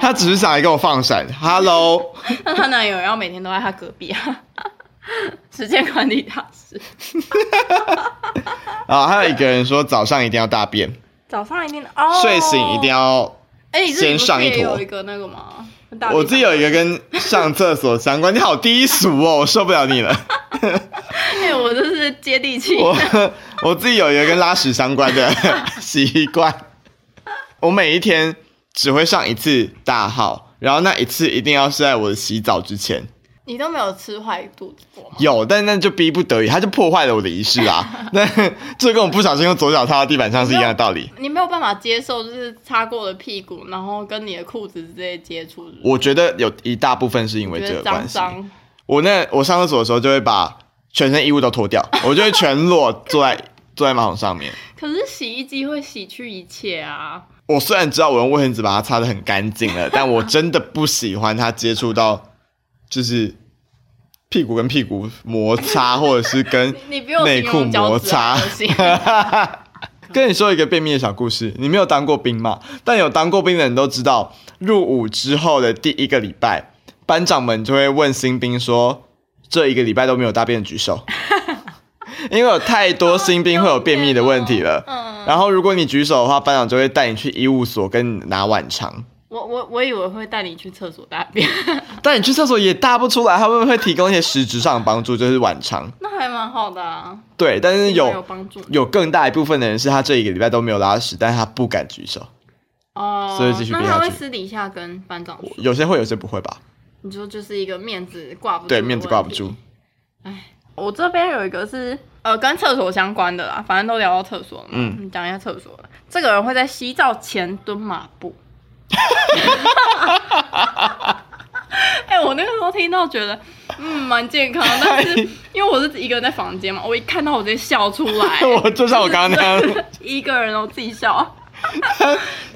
Speaker 1: 她只是想来跟我放闪，Hello，
Speaker 2: 那她男友要每天都在她隔壁啊，时间管理大师。
Speaker 1: 啊，还有一个人说早上一定要大便，
Speaker 3: 早上一定哦，
Speaker 1: 睡醒一定要。
Speaker 2: 哎、你自己不
Speaker 1: 先上
Speaker 2: 是
Speaker 1: 一坨
Speaker 2: 也有一个那个吗？大
Speaker 1: 我自己有一个跟上厕所相关，你好低俗哦，我受不了你 (laughs) 了。
Speaker 2: 哎、我这是接地气。
Speaker 1: 我我自己有一个跟拉屎相关的 (laughs) 习惯，我每一天只会上一次大号，然后那一次一定要是在我洗澡之前。
Speaker 2: 你都没有吃坏肚子过吗？
Speaker 1: (laughs) 有，但那就逼不得已，他就破坏了我的仪式啊。 (laughs) 那这跟我不小心用左脚踏到地板上是一样的道理。
Speaker 2: 你没有办法接受，就是擦过的屁股，然后跟你的裤子之类接触，是不是
Speaker 1: 我觉得有一大部分是因为
Speaker 2: 觉
Speaker 1: 这个
Speaker 2: 得
Speaker 1: 关
Speaker 2: 脏
Speaker 1: 系。
Speaker 2: 脏。
Speaker 1: 我那我上厕所的时候就会把全身衣物都脱掉，我就会全裸坐在坐在马桶上面。
Speaker 2: 可是洗衣机会洗去一切啊！
Speaker 1: 我虽然知道我用卫生纸把它擦得很干净了，但我真的不喜欢它接触到，就是屁股跟屁股摩擦，或者是跟
Speaker 2: 你比我
Speaker 1: 内
Speaker 2: 形
Speaker 1: 裤
Speaker 2: 容脚
Speaker 1: 摩
Speaker 2: 趾啊还
Speaker 1: 擦
Speaker 2: 恶心。
Speaker 1: (laughs) 跟你说一个便秘的小故事，你没有当过兵吗？但有当过兵的人都知道，入伍之后的第一个礼拜，班长们就会问新兵说：“这一个礼拜都没有大便，举 (laughs) 手。”因为有太多新兵会有便秘的问题了。
Speaker 2: 嗯
Speaker 1: 然后如果你举手的话，班长就会带你去医务所跟你拿碗肠。
Speaker 2: 我我我以为会带你去厕所大便， (laughs)
Speaker 1: 但你去厕所也大不出来，他们会提供一些实质上的帮助，就是碗肠。
Speaker 2: 那还蛮好的啊，
Speaker 1: 对，但是
Speaker 2: 有
Speaker 1: 有
Speaker 2: 帮助
Speaker 1: 有更大一部分的人是他这一个礼拜都没有拉屎，但是他不敢举手。
Speaker 2: 哦。
Speaker 1: 所以继续憋
Speaker 2: 那
Speaker 1: 下
Speaker 2: 他会
Speaker 1: 去
Speaker 2: 私底下跟班长说，
Speaker 1: 有些会，有些不会吧？
Speaker 2: 你说就是一个面子挂不住，
Speaker 1: 对，面子挂不住。。
Speaker 2: 我这边有一个是呃跟厕所相关的啦，反正都聊到厕所了嘛，
Speaker 1: 嗯，
Speaker 2: 嗯，讲一下厕所了。这个人会在洗澡前蹲马步。 (laughs) 哎、我那个时候听到觉得，嗯，蛮健康的，但是因为我是一个人在房间嘛，我一看到我直接笑出来
Speaker 1: (laughs) (laughs) 我就像我刚刚那
Speaker 2: (laughs)
Speaker 1: 样，
Speaker 2: 一个人哦我自己笑，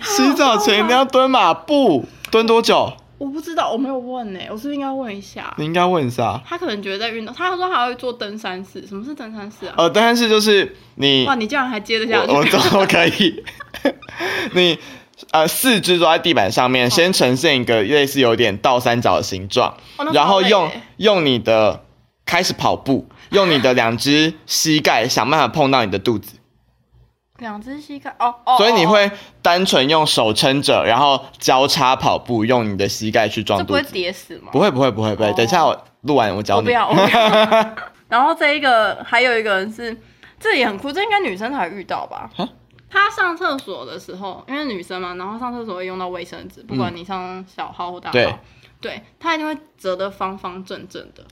Speaker 1: 洗澡前一定要蹲马步，蹲多久？
Speaker 2: 我不知道，我没有问欸呢、我是不是应该问一下？
Speaker 1: 你应该问一下。
Speaker 2: 他可能觉得在运动，他说他还会做登山式，什么是登山式啊？
Speaker 1: 呃，但是就是你，
Speaker 2: 哇，你竟然还接得下去？
Speaker 1: 我我
Speaker 2: (laughs)
Speaker 1: 都可以。你呃，四肢坐在地板上面，先呈现一个类似有点倒三角的形状，
Speaker 2: 哦那
Speaker 1: 然后
Speaker 2: 超累
Speaker 1: 用
Speaker 2: 耶
Speaker 1: 用你的开始跑步，用你的两只膝盖想办法碰到你的肚子。
Speaker 2: 两只膝盖哦哦，
Speaker 1: 所以你
Speaker 2: 哦
Speaker 1: 会单纯用手撑着，然后交叉跑步，用你的膝盖去
Speaker 2: 这
Speaker 1: 撞
Speaker 2: 不
Speaker 1: 肚
Speaker 2: 会
Speaker 1: 子。
Speaker 2: 跌死吗？
Speaker 1: 不会不会不会不会，
Speaker 2: 哦
Speaker 1: 等一下我录完我教
Speaker 2: 我
Speaker 1: 你。
Speaker 2: 不要，我哦不要。
Speaker 1: (laughs)
Speaker 2: 然后这一个还有一个人是，这也很酷，这应该女生才遇到吧
Speaker 1: 啊？
Speaker 2: 她上厕所的时候，因为女生嘛，然后上厕所会用到卫生纸，不管你上小号或大号，
Speaker 1: 对
Speaker 2: 对，她一定会折得方方正正的，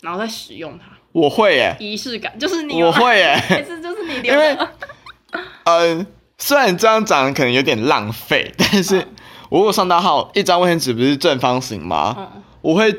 Speaker 2: 然后再使用它，
Speaker 1: 我会耶，
Speaker 2: 仪式感 (laughs) 就是你有
Speaker 1: 我会耶，
Speaker 2: 每次就是你留
Speaker 1: 因为
Speaker 2: 的，
Speaker 1: 嗯，虽然这样讲可能有点浪
Speaker 2: 嗯
Speaker 1: 费，但是我如果上大号，一张卫生纸不是正方形吗？
Speaker 2: 嗯，
Speaker 1: 我会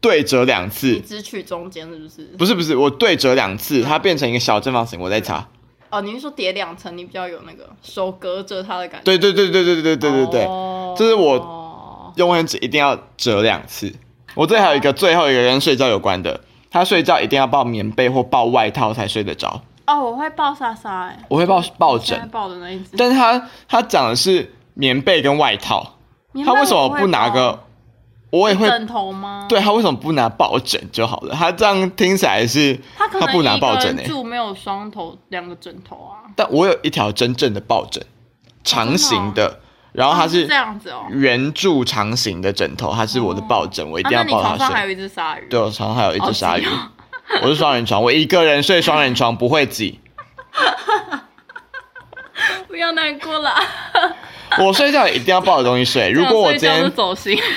Speaker 1: 对折两
Speaker 2: 你
Speaker 1: 次，
Speaker 2: 只取中间是不是？
Speaker 1: 不是不是，我对折两
Speaker 2: 嗯
Speaker 1: 次，它变成一个小正方形，我再擦。
Speaker 2: 哦，你是说叠两层，你比较有那个手隔着它的感觉？
Speaker 1: 对对对对对对对对对，
Speaker 2: 哦
Speaker 1: 这是我
Speaker 2: 哦
Speaker 1: 用卫生纸一定要折两次。我这还有一个最后一个跟睡觉有关的，他睡觉一定要抱棉被或抱外套才睡得着。
Speaker 2: 哦，我会抱莎莎哎、
Speaker 1: 我会抱抱
Speaker 2: 现在
Speaker 1: 枕，
Speaker 2: 抱的那一只。
Speaker 1: 但是他他讲的是棉被跟外套，
Speaker 2: 你
Speaker 1: 他
Speaker 2: 那
Speaker 1: 为什么
Speaker 2: 我会啊
Speaker 1: 不拿个？我也
Speaker 2: 抱
Speaker 1: 会
Speaker 2: 枕头吗？，
Speaker 1: 对他为什么不拿抱枕就好了？他这样听起来是
Speaker 2: 他可能
Speaker 1: 不拿抱枕欸
Speaker 2: 一个
Speaker 1: 诶、
Speaker 2: 人住没有双头两个枕头啊，
Speaker 1: 但我有一条真正的抱枕，长形的，然后它
Speaker 2: 是
Speaker 1: 是
Speaker 2: 这样哦子哦。
Speaker 1: 圆柱长形的枕头，它是我的抱枕，我一
Speaker 2: 啊
Speaker 1: 定
Speaker 2: 那
Speaker 1: 要
Speaker 2: 你
Speaker 1: 抱它
Speaker 2: 床上还
Speaker 1: 睡。
Speaker 2: 有一哦只鲨鱼，
Speaker 1: 对，我床上还有一只鲨鱼
Speaker 2: 好
Speaker 1: (laughs)
Speaker 2: 挤，
Speaker 1: 我是双人床，我一个人睡双人床不会挤。
Speaker 2: (laughs) 不要难过啦。
Speaker 1: 我睡觉也一定要抱着东西睡。 (laughs) 如果我今
Speaker 2: (laughs) 这样
Speaker 1: 天
Speaker 2: 睡觉就走心， (laughs)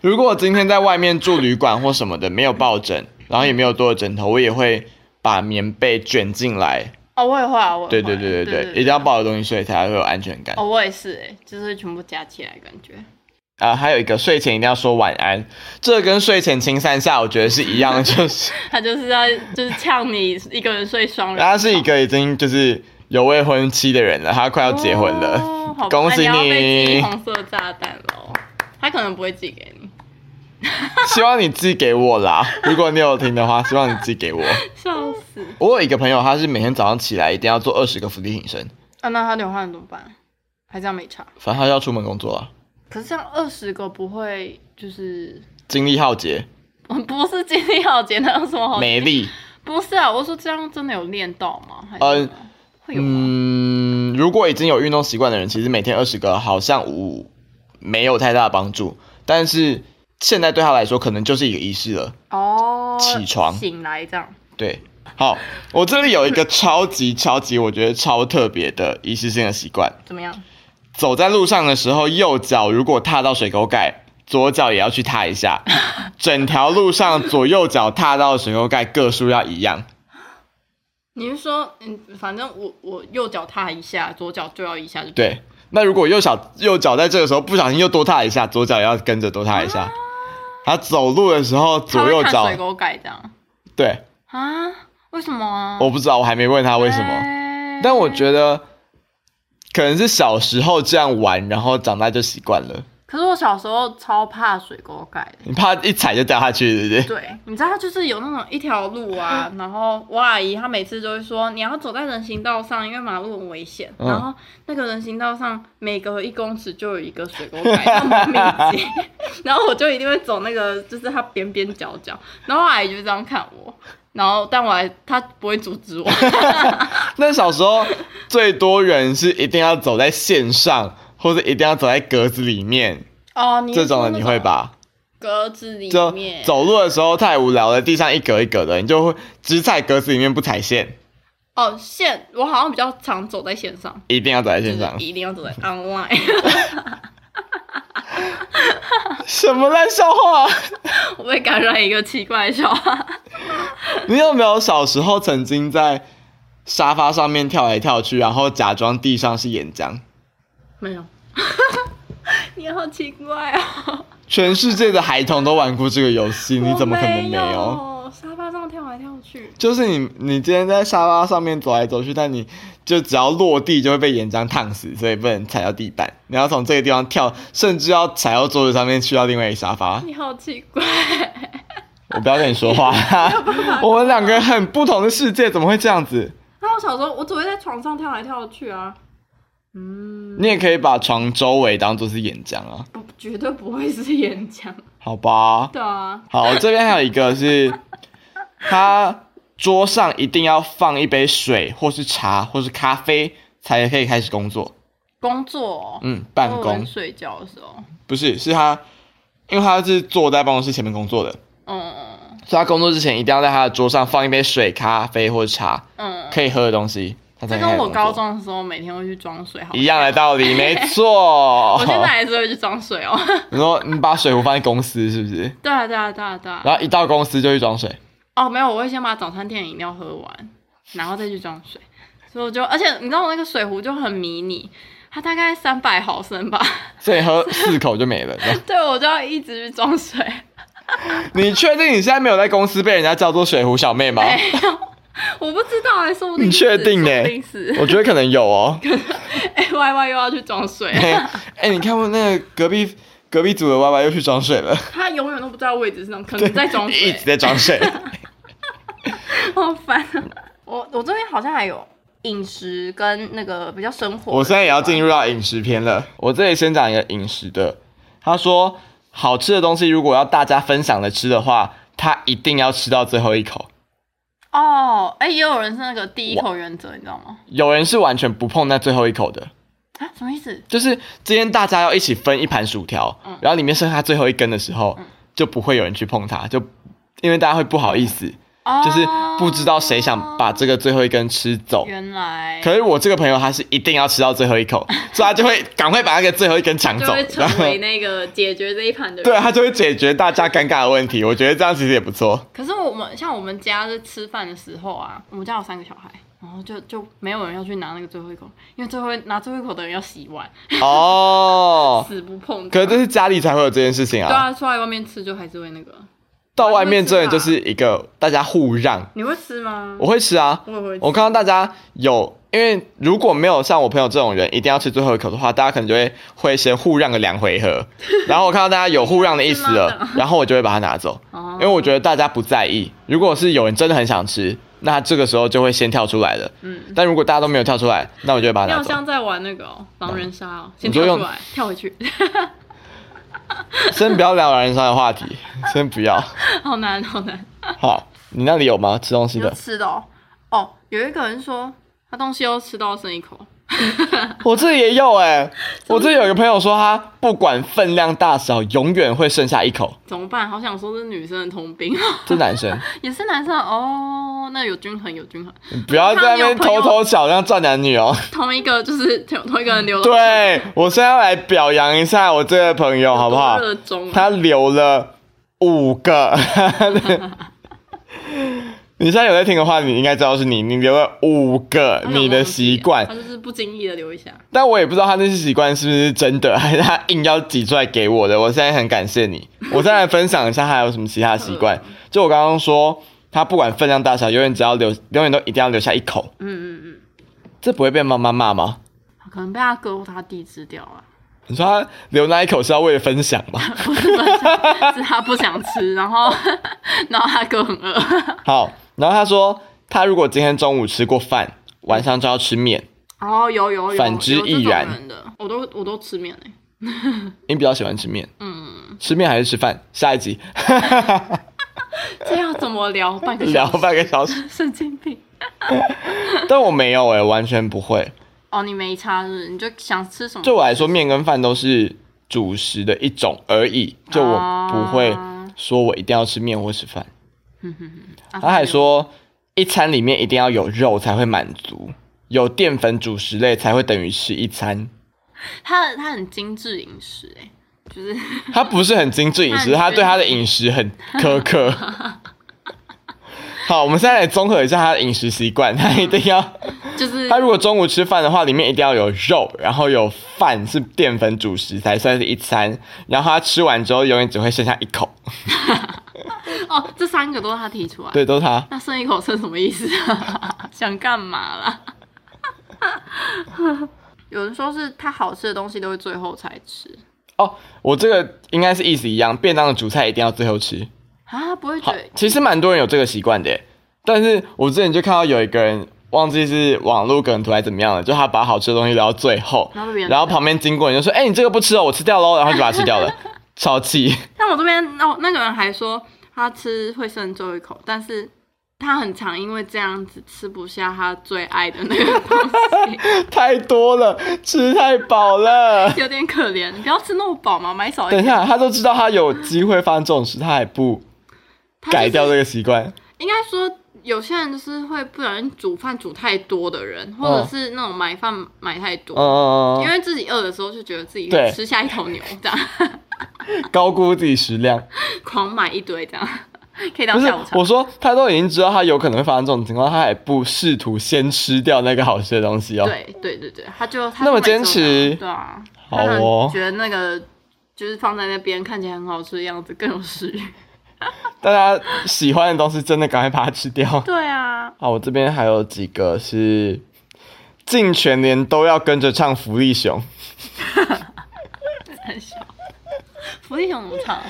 Speaker 1: 如果我今天在外面住旅馆或什么的，没有抱枕，然后也没有多的枕头，我也会把棉被卷进来。
Speaker 2: 哦，我也会啊，我也会
Speaker 1: 对对对
Speaker 2: 对
Speaker 1: 对对，一定要。抱着东西睡才会有安全感。
Speaker 2: 哦，我也是哎、就是全部加起来感觉。
Speaker 1: 啊，还有一个睡前一定要说晚安，这跟睡前亲三下我觉得是一样 (laughs) 的，就是
Speaker 2: 他就是要就是呛你一个人睡双人床，
Speaker 1: 他是一个已经就是有未婚妻的人了，他快要结婚了，
Speaker 2: 哦好吧
Speaker 1: 恭喜
Speaker 2: 你要被寄
Speaker 1: 你，
Speaker 2: 红色炸弹喽！他可能不会寄给你，
Speaker 1: (laughs) 希望你寄给我啦，如果你有听的话，希望你寄给 (laughs) 我。
Speaker 2: (laughs) 笑死！
Speaker 1: 我有一个朋友，他是每天早上起来一定要做二十个伏地挺身，
Speaker 2: 啊，那他流汗怎么办？还这样没差？
Speaker 1: 反正他要出门工作啊，
Speaker 2: 可是这样二十个不会就是
Speaker 1: 精力耗竭，
Speaker 2: (laughs) 不是精力耗竭，那有什么好？
Speaker 1: 没力。
Speaker 2: 不是啊，我说这样真的有练到吗？还是
Speaker 1: 呃
Speaker 2: 什么会有吗？
Speaker 1: 嗯，如果已经有运动习惯的人，其实每天二十个好像无没有太大的帮助，但是现在对他来说可能就是一个仪式了。
Speaker 2: 哦，
Speaker 1: 起床
Speaker 2: 醒来这样，
Speaker 1: 对，好，我这里有一个超级超级我觉得超特别的仪式性的习惯，
Speaker 2: 怎么样？
Speaker 1: 走在路上的时候，右脚如果踏到水沟盖，左脚也要去踏一下，整条路上左右脚踏到的水沟盖个数要一样。
Speaker 2: 你是说，嗯，反正我我右脚踏一下，左脚就要一下就
Speaker 1: 对，那如果右脚右脚在这个时候不小心又多踏一下，左脚也要跟着多踏一下。他走路的时候
Speaker 2: 啊他
Speaker 1: 左
Speaker 2: 会
Speaker 1: 右
Speaker 2: 看
Speaker 1: 脚
Speaker 2: 水，沟盖这样
Speaker 1: 对，
Speaker 2: 啊？为什么啊？
Speaker 1: 我不知道，我还没问他为什么，
Speaker 2: 么
Speaker 1: 但我觉得可能是小时候这样玩，然后长大就习惯了。
Speaker 2: 可是我小时候超怕水沟盖的。
Speaker 1: 你怕一踩就掉下去，对不对？
Speaker 2: 对，你知道它就是有那种一条路
Speaker 1: (laughs)
Speaker 2: 啊，然后我阿姨她每次都会说你要走在人行道上，因为马路很危险。
Speaker 1: 嗯
Speaker 2: 然后那个人行道上每隔一公尺就有一个水沟盖，那么密集， (laughs) 然后我就一定会走那个，就是它边边角角。然后我阿姨就这样看我，然后但我还她不会阻
Speaker 1: (laughs)
Speaker 2: 止我，
Speaker 1: 那小时候最多人是一定要走在线上，或者一定要走在格子里面，
Speaker 2: 哦，你
Speaker 1: 这种的你会？吧？
Speaker 2: 格子里
Speaker 1: 就
Speaker 2: 面
Speaker 1: 走路的时候太无聊了，地上一格一格的，你就会只踩格子里面不踩线，
Speaker 2: 哦线，我好像比较常走在线上。
Speaker 1: 一定要走在
Speaker 2: 就
Speaker 1: 线
Speaker 2: 是
Speaker 1: 上。
Speaker 2: 一定要走在 online， (laughs)
Speaker 1: 什么烂笑话？啊
Speaker 2: 我被感染一个奇怪的笑话。
Speaker 1: (laughs) 你有没有小时候曾经在沙发上面跳来跳去，然后假装地上是岩浆？
Speaker 2: 没有。 (laughs) 你好奇怪哦！
Speaker 1: 全世界的孩童都玩过这个游戏，你怎么可能
Speaker 2: 我
Speaker 1: 没
Speaker 2: 没
Speaker 1: 有？？
Speaker 2: 沙发上跳来跳去，
Speaker 1: 就是你，你今天在沙发上面走来走去，但你就只要落地就会被岩浆烫死，所以不能踩到地板。你要从这个地方跳，甚至要踩到桌子上面去到另外一个沙发。
Speaker 2: 你好奇怪。
Speaker 1: 我不要跟你说话， (laughs) 我们两个很不同的世界，怎么会这样子？
Speaker 2: (laughs) 那我小时候，我只会在床上跳来跳去啊。嗯，
Speaker 1: 你也可以把床周围当做是岩浆啊，
Speaker 2: 不，绝对不会是演讲。
Speaker 1: 好吧？
Speaker 2: (laughs) 对啊，
Speaker 1: 好，这边还有一个是，他桌上一定要放一杯水，或是茶，或是咖啡，才可以开始工作。
Speaker 2: 工作、哦，
Speaker 1: 嗯，办
Speaker 2: 我以
Speaker 1: 公
Speaker 2: 为睡觉的时候，
Speaker 1: 不是，是他，因为他是坐在办公室前面工作的，
Speaker 2: 嗯
Speaker 1: 所以他工作之前一定要在他的桌上放一杯水、咖啡或者茶，
Speaker 2: 嗯，
Speaker 1: 可以喝的东西，大家
Speaker 2: 这
Speaker 1: 应该
Speaker 2: 跟
Speaker 1: 也
Speaker 2: 我
Speaker 1: 这么
Speaker 2: 高
Speaker 1: 做
Speaker 2: 中的时候每天会去装水好像
Speaker 1: 一样的道理，没错。
Speaker 2: (laughs) 我现在还是会去装水哦。 (laughs)
Speaker 1: 你说 (laughs) 你把水壶放在公司是不是？
Speaker 2: 对啊，对啊，对啊，对啊。
Speaker 1: 然后一到公司就去装水，
Speaker 2: 哦，没有，我会先把早餐店的饮料喝完，然后再去装水。所以我就，而且你知道我那个水壶就很迷你，它大概三百毫升吧。 (laughs)
Speaker 1: 所以喝四口就没了。这样 (laughs)
Speaker 2: 对，我就要一直去装水。
Speaker 1: 哦
Speaker 2: (laughs)
Speaker 1: 你确定你现在没有在公司被人家叫做水壶小妹吗？
Speaker 2: 没有，哎我不知道哎、说不定
Speaker 1: 你确
Speaker 2: 是
Speaker 1: 定
Speaker 2: 说
Speaker 1: 欸
Speaker 2: 不定是。
Speaker 1: 我觉得可能有哦。
Speaker 2: (laughs) 哎、y Y 又要去装
Speaker 1: (laughs)
Speaker 2: 水，
Speaker 1: 哎、哎你看过那个隔壁隔壁组的 Y Y 又去装水了，
Speaker 2: 他永远都不知道位置是哪，可能在装
Speaker 1: 一
Speaker 2: 水
Speaker 1: 直，在装水。
Speaker 2: (laughs) 好烦、啊。我我这边好像还有饮食跟那个比较生活
Speaker 1: (laughs)
Speaker 2: 的，
Speaker 1: 我现在也要进入到饮食篇了。我这里先讲一个饮食的，他说好吃的东西如果要大家分享的吃的话，他一定要吃到最后一口。
Speaker 2: 哦，哎、也有人是那个第一口原则，你知道吗？
Speaker 1: 有人是完全不碰那最后一口的，
Speaker 2: 啊，什么意思？
Speaker 1: 就是今天大家要一起分一盘薯条，
Speaker 2: 嗯
Speaker 1: 然后里面剩下最后一根的时候，
Speaker 2: 嗯
Speaker 1: 就不会有人去碰它，就因为大家会不好意思，
Speaker 2: 哦，
Speaker 1: 就是不知道谁想把这个最后一根吃走。
Speaker 2: 原来
Speaker 1: 可是我这个朋友他是一定要吃到最后一
Speaker 2: (laughs)
Speaker 1: 口，所以他就会赶快把那个最后一根抢
Speaker 2: 就
Speaker 1: 走
Speaker 2: 会，
Speaker 1: 然
Speaker 2: 成
Speaker 1: 后
Speaker 2: 为那个解决这一盘的人。
Speaker 1: 对啊他就会解决大家尴尬的问题。我觉得这样其实也不错。
Speaker 2: 可是我们像我们家是吃饭的时候啊，我们家有三个小孩，然后就就没有人要去拿那个最后一口，因为最后一拿最后一口的人要洗碗，
Speaker 1: 哦，
Speaker 2: 死不碰。
Speaker 1: 可是这是家里才会有这件事情
Speaker 2: 对
Speaker 1: 啊，
Speaker 2: 啊，出来外面吃就还是会那个。
Speaker 1: 到外面
Speaker 2: 啊
Speaker 1: 真的就是一个大家互让。
Speaker 2: 你会吃吗？
Speaker 1: 我会吃啊，
Speaker 2: 我也会吃
Speaker 1: 我看到大家有，因为如果没有像我朋友这种人，一定要吃最后一口的话，大家可能就会会先互让个两回
Speaker 2: (laughs)
Speaker 1: 合。然后我看到大家有互让的意思
Speaker 2: 是
Speaker 1: 了
Speaker 2: 吗，
Speaker 1: 然后我就会把它拿走，
Speaker 2: 哦
Speaker 1: 因为我觉得大家不在意。如果是有人真的很想吃，那这个时候就会先跳出来了。
Speaker 2: 嗯，
Speaker 1: 但如果大家都没有跳出来，那我就会把
Speaker 2: 你
Speaker 1: 它拿
Speaker 2: 好
Speaker 1: 走。
Speaker 2: 像在玩那个哦狼人杀哦，先
Speaker 1: 你就
Speaker 2: 跳
Speaker 1: 用
Speaker 2: 出来，跳回去，
Speaker 1: (laughs)
Speaker 2: (laughs)
Speaker 1: 先不要聊狼人杀的
Speaker 2: (laughs)
Speaker 1: 话题，先不要。
Speaker 2: 好难好难。
Speaker 1: 好，你那里有吗？吃东西
Speaker 2: 你就
Speaker 1: 的？
Speaker 2: 吃的哦，哦，有一个人说他东西都吃到剩一 (laughs) 口，
Speaker 1: 我这里也有哎、我这里有一个朋友说，他不管分量大小，永远会剩下一口。
Speaker 2: 怎么办？好想说是女生的通病， (laughs)
Speaker 1: 这男生，
Speaker 2: 也是男生哦，那有均衡有均衡，
Speaker 1: 你不要在那边偷偷小量赚男女哦。
Speaker 2: 同一个就是同同一个人流，，
Speaker 1: 嗯对我现在要来表扬一下我这个朋友，好不好？
Speaker 2: 热衷啊，
Speaker 1: 他留了五个。 (laughs) 你现在有在听的话，你应该知道是你，你留了五个
Speaker 2: 他有
Speaker 1: 你的
Speaker 2: 忘记
Speaker 1: 习惯
Speaker 2: 他，就是不经意的留一下，
Speaker 1: 但我也不知道他那些习惯是不是真的， (laughs) 还是他硬要挤出来给我的。我现在很感谢你，我再来分享一下他还有什么其他习惯。就我刚刚说，他不管分量大小，永远只要留，永远都一定要留下一口，
Speaker 2: 嗯嗯
Speaker 1: 这不会被妈妈骂吗？
Speaker 2: 嗯，可能被他哥或他弟吃掉了， (laughs)
Speaker 1: 你说他留那一口是要为了分享吗？
Speaker 2: 不是不是，是他不想吃，然后 (laughs) 然后他哥很饿， (laughs)
Speaker 1: 好，然后他说，他如果今天中午吃过饭，晚上就要吃面。
Speaker 2: 哦有有有，
Speaker 1: 反之
Speaker 2: 有这种
Speaker 1: 亦然
Speaker 2: 人的，我都我都吃面哎、
Speaker 1: 你比较喜欢吃面，
Speaker 2: 嗯，
Speaker 1: 吃面还是吃饭？下一集
Speaker 2: 这要怎么聊半个
Speaker 1: (laughs) 聊
Speaker 2: 小时？
Speaker 1: 半个小时，
Speaker 2: (laughs) 神经病。
Speaker 1: 但我没有哎、完全不会。
Speaker 2: 哦，你没差是不是？你就想吃什么？啊
Speaker 1: 对我来说，面跟饭都是主食的一种而已，就我不会
Speaker 2: 啊
Speaker 1: 说我一定要吃面或吃饭。
Speaker 2: 啊
Speaker 1: 他还，说，一餐里面一定要有肉才会满足，有淀粉主食类才会等于吃一餐。
Speaker 2: 他他很精致饮食哎、就是
Speaker 1: 他不是很精致饮食，
Speaker 2: 那
Speaker 1: 他
Speaker 2: 你觉得
Speaker 1: 对他的饮食很苛刻。 (laughs) 好，我们现在来综合一下他的饮食习惯。他一定要，
Speaker 2: 就是
Speaker 1: 他如果中午吃饭的话，里面一定要有肉，然后有饭是淀粉主食才算是一餐。然后他吃完之后，永远只会剩下一口。
Speaker 2: 哦，这三个都是他提出来。
Speaker 1: 对，都是他。
Speaker 2: 那剩一口是什么意思？啊 (laughs) 想干嘛啦？ (laughs) 有人说是他好吃的东西都会最后才吃
Speaker 1: 哦，我这个应该是意思一样，便当的主菜一定要最后吃。
Speaker 2: 啊，不会觉
Speaker 1: 好
Speaker 2: 得，
Speaker 1: 其实蛮多人有这个习惯的耶，但是我之前就看到有一个人忘记是网络梗图还是怎么样了，就他把好吃的东西留到最后，
Speaker 2: 然后被别人
Speaker 1: 然后旁边经过人就说：“哎、你这个不吃哦，我吃掉喽。”然后就把它吃掉
Speaker 2: (laughs)
Speaker 1: 了，超气。
Speaker 2: 但我这边哦，那个人还说他吃会剩最后一口，但是他很常因为这样子吃不下他最爱的那个东西。 (laughs)
Speaker 1: 太多了，吃太饱了。
Speaker 2: 有点可怜，你不要吃那么饱嘛，买少一
Speaker 1: 等一
Speaker 2: 点。
Speaker 1: 下，他都知道他有机会发生这种事，他还不
Speaker 2: 他就是 (laughs)
Speaker 1: 改掉这个习惯。
Speaker 2: 应该说有些人就是会不小心煮饭煮太多的人，或者是那种买饭买太多，
Speaker 1: 嗯
Speaker 2: 哦因
Speaker 1: 嗯
Speaker 2: 为自己饿的时候就觉得自己
Speaker 1: 对
Speaker 2: 吃下一头牛，这样 (laughs)
Speaker 1: 嗯，高估自己食量。
Speaker 2: 狂买一堆，这样 (laughs) 可以当
Speaker 1: 不是
Speaker 2: 下午，茶
Speaker 1: 我。说他都已经知道他有可能会发生这种情况，他还不试图先吃掉那个好吃的东西哦。
Speaker 2: 对对对对，他就他
Speaker 1: 那么
Speaker 2: 就买
Speaker 1: 坚持
Speaker 2: 这种的对啊，
Speaker 1: 好
Speaker 2: 他可能
Speaker 1: 哦
Speaker 2: 觉得那个就是放在那边看起来很好吃的样子更有食欲。 (laughs)
Speaker 1: 大家喜欢的东西真的赶快把它吃掉。 (laughs)
Speaker 2: 对啊，
Speaker 1: 好，我这边还有几个是进全年都要跟着唱福利熊。
Speaker 2: 很小。福利熊怎么唱啊？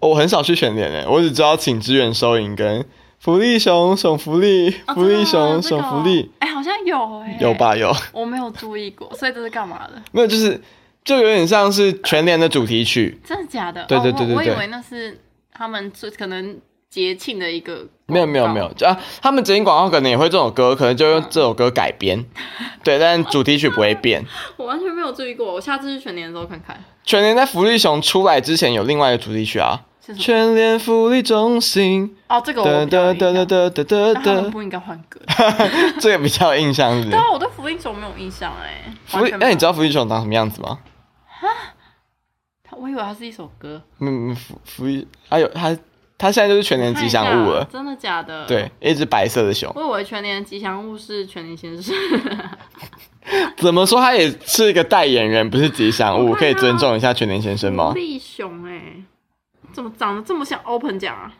Speaker 1: 哦我很少去全年诶，我只知道请支援收银跟福利熊送福利，
Speaker 2: 哦
Speaker 1: 福利
Speaker 2: 真的
Speaker 1: 熊
Speaker 2: 吗这
Speaker 1: 送
Speaker 2: 个
Speaker 1: 福利，
Speaker 2: 哎、好像有哎、
Speaker 1: 有？吧有，
Speaker 2: 我没有注意过，所以这是干嘛的？
Speaker 1: 没有就是就有点像是全年的主题曲，
Speaker 2: 真的假的？
Speaker 1: 对对
Speaker 2: 哦
Speaker 1: 对对
Speaker 2: 我，我以
Speaker 1: 对
Speaker 2: 为那是他们是可能节庆的一个广告。
Speaker 1: 没有没有没有，就啊，他们整音广告可能也会这首歌，可能就用这首歌改
Speaker 2: (laughs)
Speaker 1: 编，对，但主题曲不会变。
Speaker 2: 我完全没有注意过。我下次去全年的时候看看。
Speaker 1: 全年在福利熊出来之前有另外一个主题曲啊，
Speaker 2: 是什么？
Speaker 1: 全联福利中心，
Speaker 2: 哦，这个我
Speaker 1: 哒
Speaker 2: 比
Speaker 1: 哒
Speaker 2: 较有印
Speaker 1: 哒
Speaker 2: 象
Speaker 1: 哒哒哒哒
Speaker 2: 那他们
Speaker 1: 哒，
Speaker 2: 不应该换歌。
Speaker 1: (laughs) 这个比较有印象是不
Speaker 2: 对
Speaker 1: 是。
Speaker 2: 啊，我对福利熊没有印象哎、
Speaker 1: 福利，
Speaker 2: 完全没
Speaker 1: 那
Speaker 2: 有
Speaker 1: 你知道福利熊长什么样子吗？
Speaker 2: 我以为它是一首歌。
Speaker 1: 嗯，福福利，还有它，它现在就是全年吉祥物
Speaker 2: 看一
Speaker 1: 了
Speaker 2: 下。真的假的？。
Speaker 1: 对，一只白色的熊，
Speaker 2: 我以为全年吉祥物是全年先生，
Speaker 1: 怎么说它也是一个代言人，不是吉祥物，
Speaker 2: 我看
Speaker 1: 可以尊
Speaker 2: 到
Speaker 1: 重一下全年先生吗
Speaker 2: 福？利熊哎、怎么长得这么像 Open 奖啊？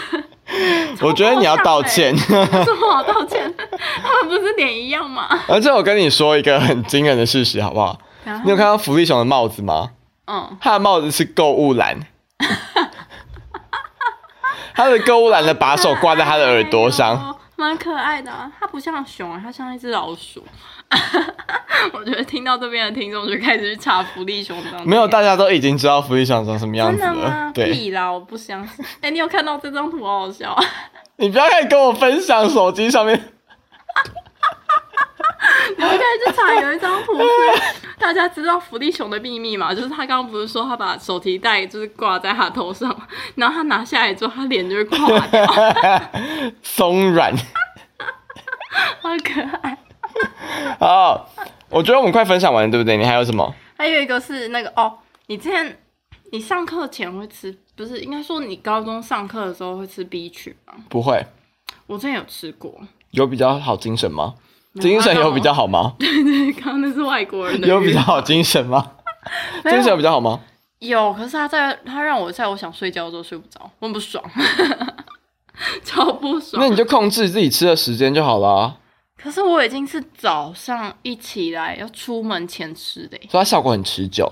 Speaker 1: (laughs) 我觉得你要道歉。
Speaker 2: 这么好道歉，他们不是脸一样吗？
Speaker 1: (laughs) 而且我跟你说一个很惊人的事实，好不好？
Speaker 2: 然
Speaker 1: 你
Speaker 2: 后
Speaker 1: 有看到福利熊的帽子吗？
Speaker 2: 嗯，
Speaker 1: 它的帽子是购物篮， (laughs) 它的购物篮的把手挂在它的耳朵
Speaker 2: 哎
Speaker 1: 上。
Speaker 2: 呦，蛮可爱的、啊。它不像熊、啊，它像一只老鼠。 (laughs) 我觉得听到这边的听众就开始去查福利熊长怎样
Speaker 1: 没有，大家都已经知道福利熊长什么样
Speaker 2: 真
Speaker 1: 子
Speaker 2: 的
Speaker 1: 了
Speaker 2: 吗。？
Speaker 1: 对，
Speaker 2: 屁啦，我不相信。哎、你有看到这张图，好好笑。
Speaker 1: 你不要再跟我分享手机上面。
Speaker 2: 我刚才去查有一张
Speaker 1: (laughs)
Speaker 2: 图是，大家知道福利熊的秘密嘛？就是他刚刚不是说他把手提袋就是挂在他头上，然后他拿下来之后，他脸就会垮掉，
Speaker 1: 松软。
Speaker 2: 好可爱。
Speaker 1: 好，我觉得我们快分享完了，对不对？你还有什么？
Speaker 2: 还有一个是那个哦，你之前你上课前会吃，不是应该说你高中上课的时候会吃 B 群吗？
Speaker 1: 不会，
Speaker 2: 我之前有吃过， (laughs)
Speaker 1: 有比较好精神吗？
Speaker 2: 有啊
Speaker 1: 精神有比较好吗？
Speaker 2: 刚刚那是外国人的
Speaker 1: 有比
Speaker 2: 语
Speaker 1: 较好精神吗？ (laughs)
Speaker 2: 没有
Speaker 1: 精神有比较好吗？
Speaker 2: 有，可是他在他让我在我想睡觉的时候睡不着，我很不爽， (laughs) 超不爽
Speaker 1: 那。你就控制自己吃的时间就好啦。
Speaker 2: 可是我已经是早上一起来要出门前吃的耶，欸
Speaker 1: 所以它效果很持久。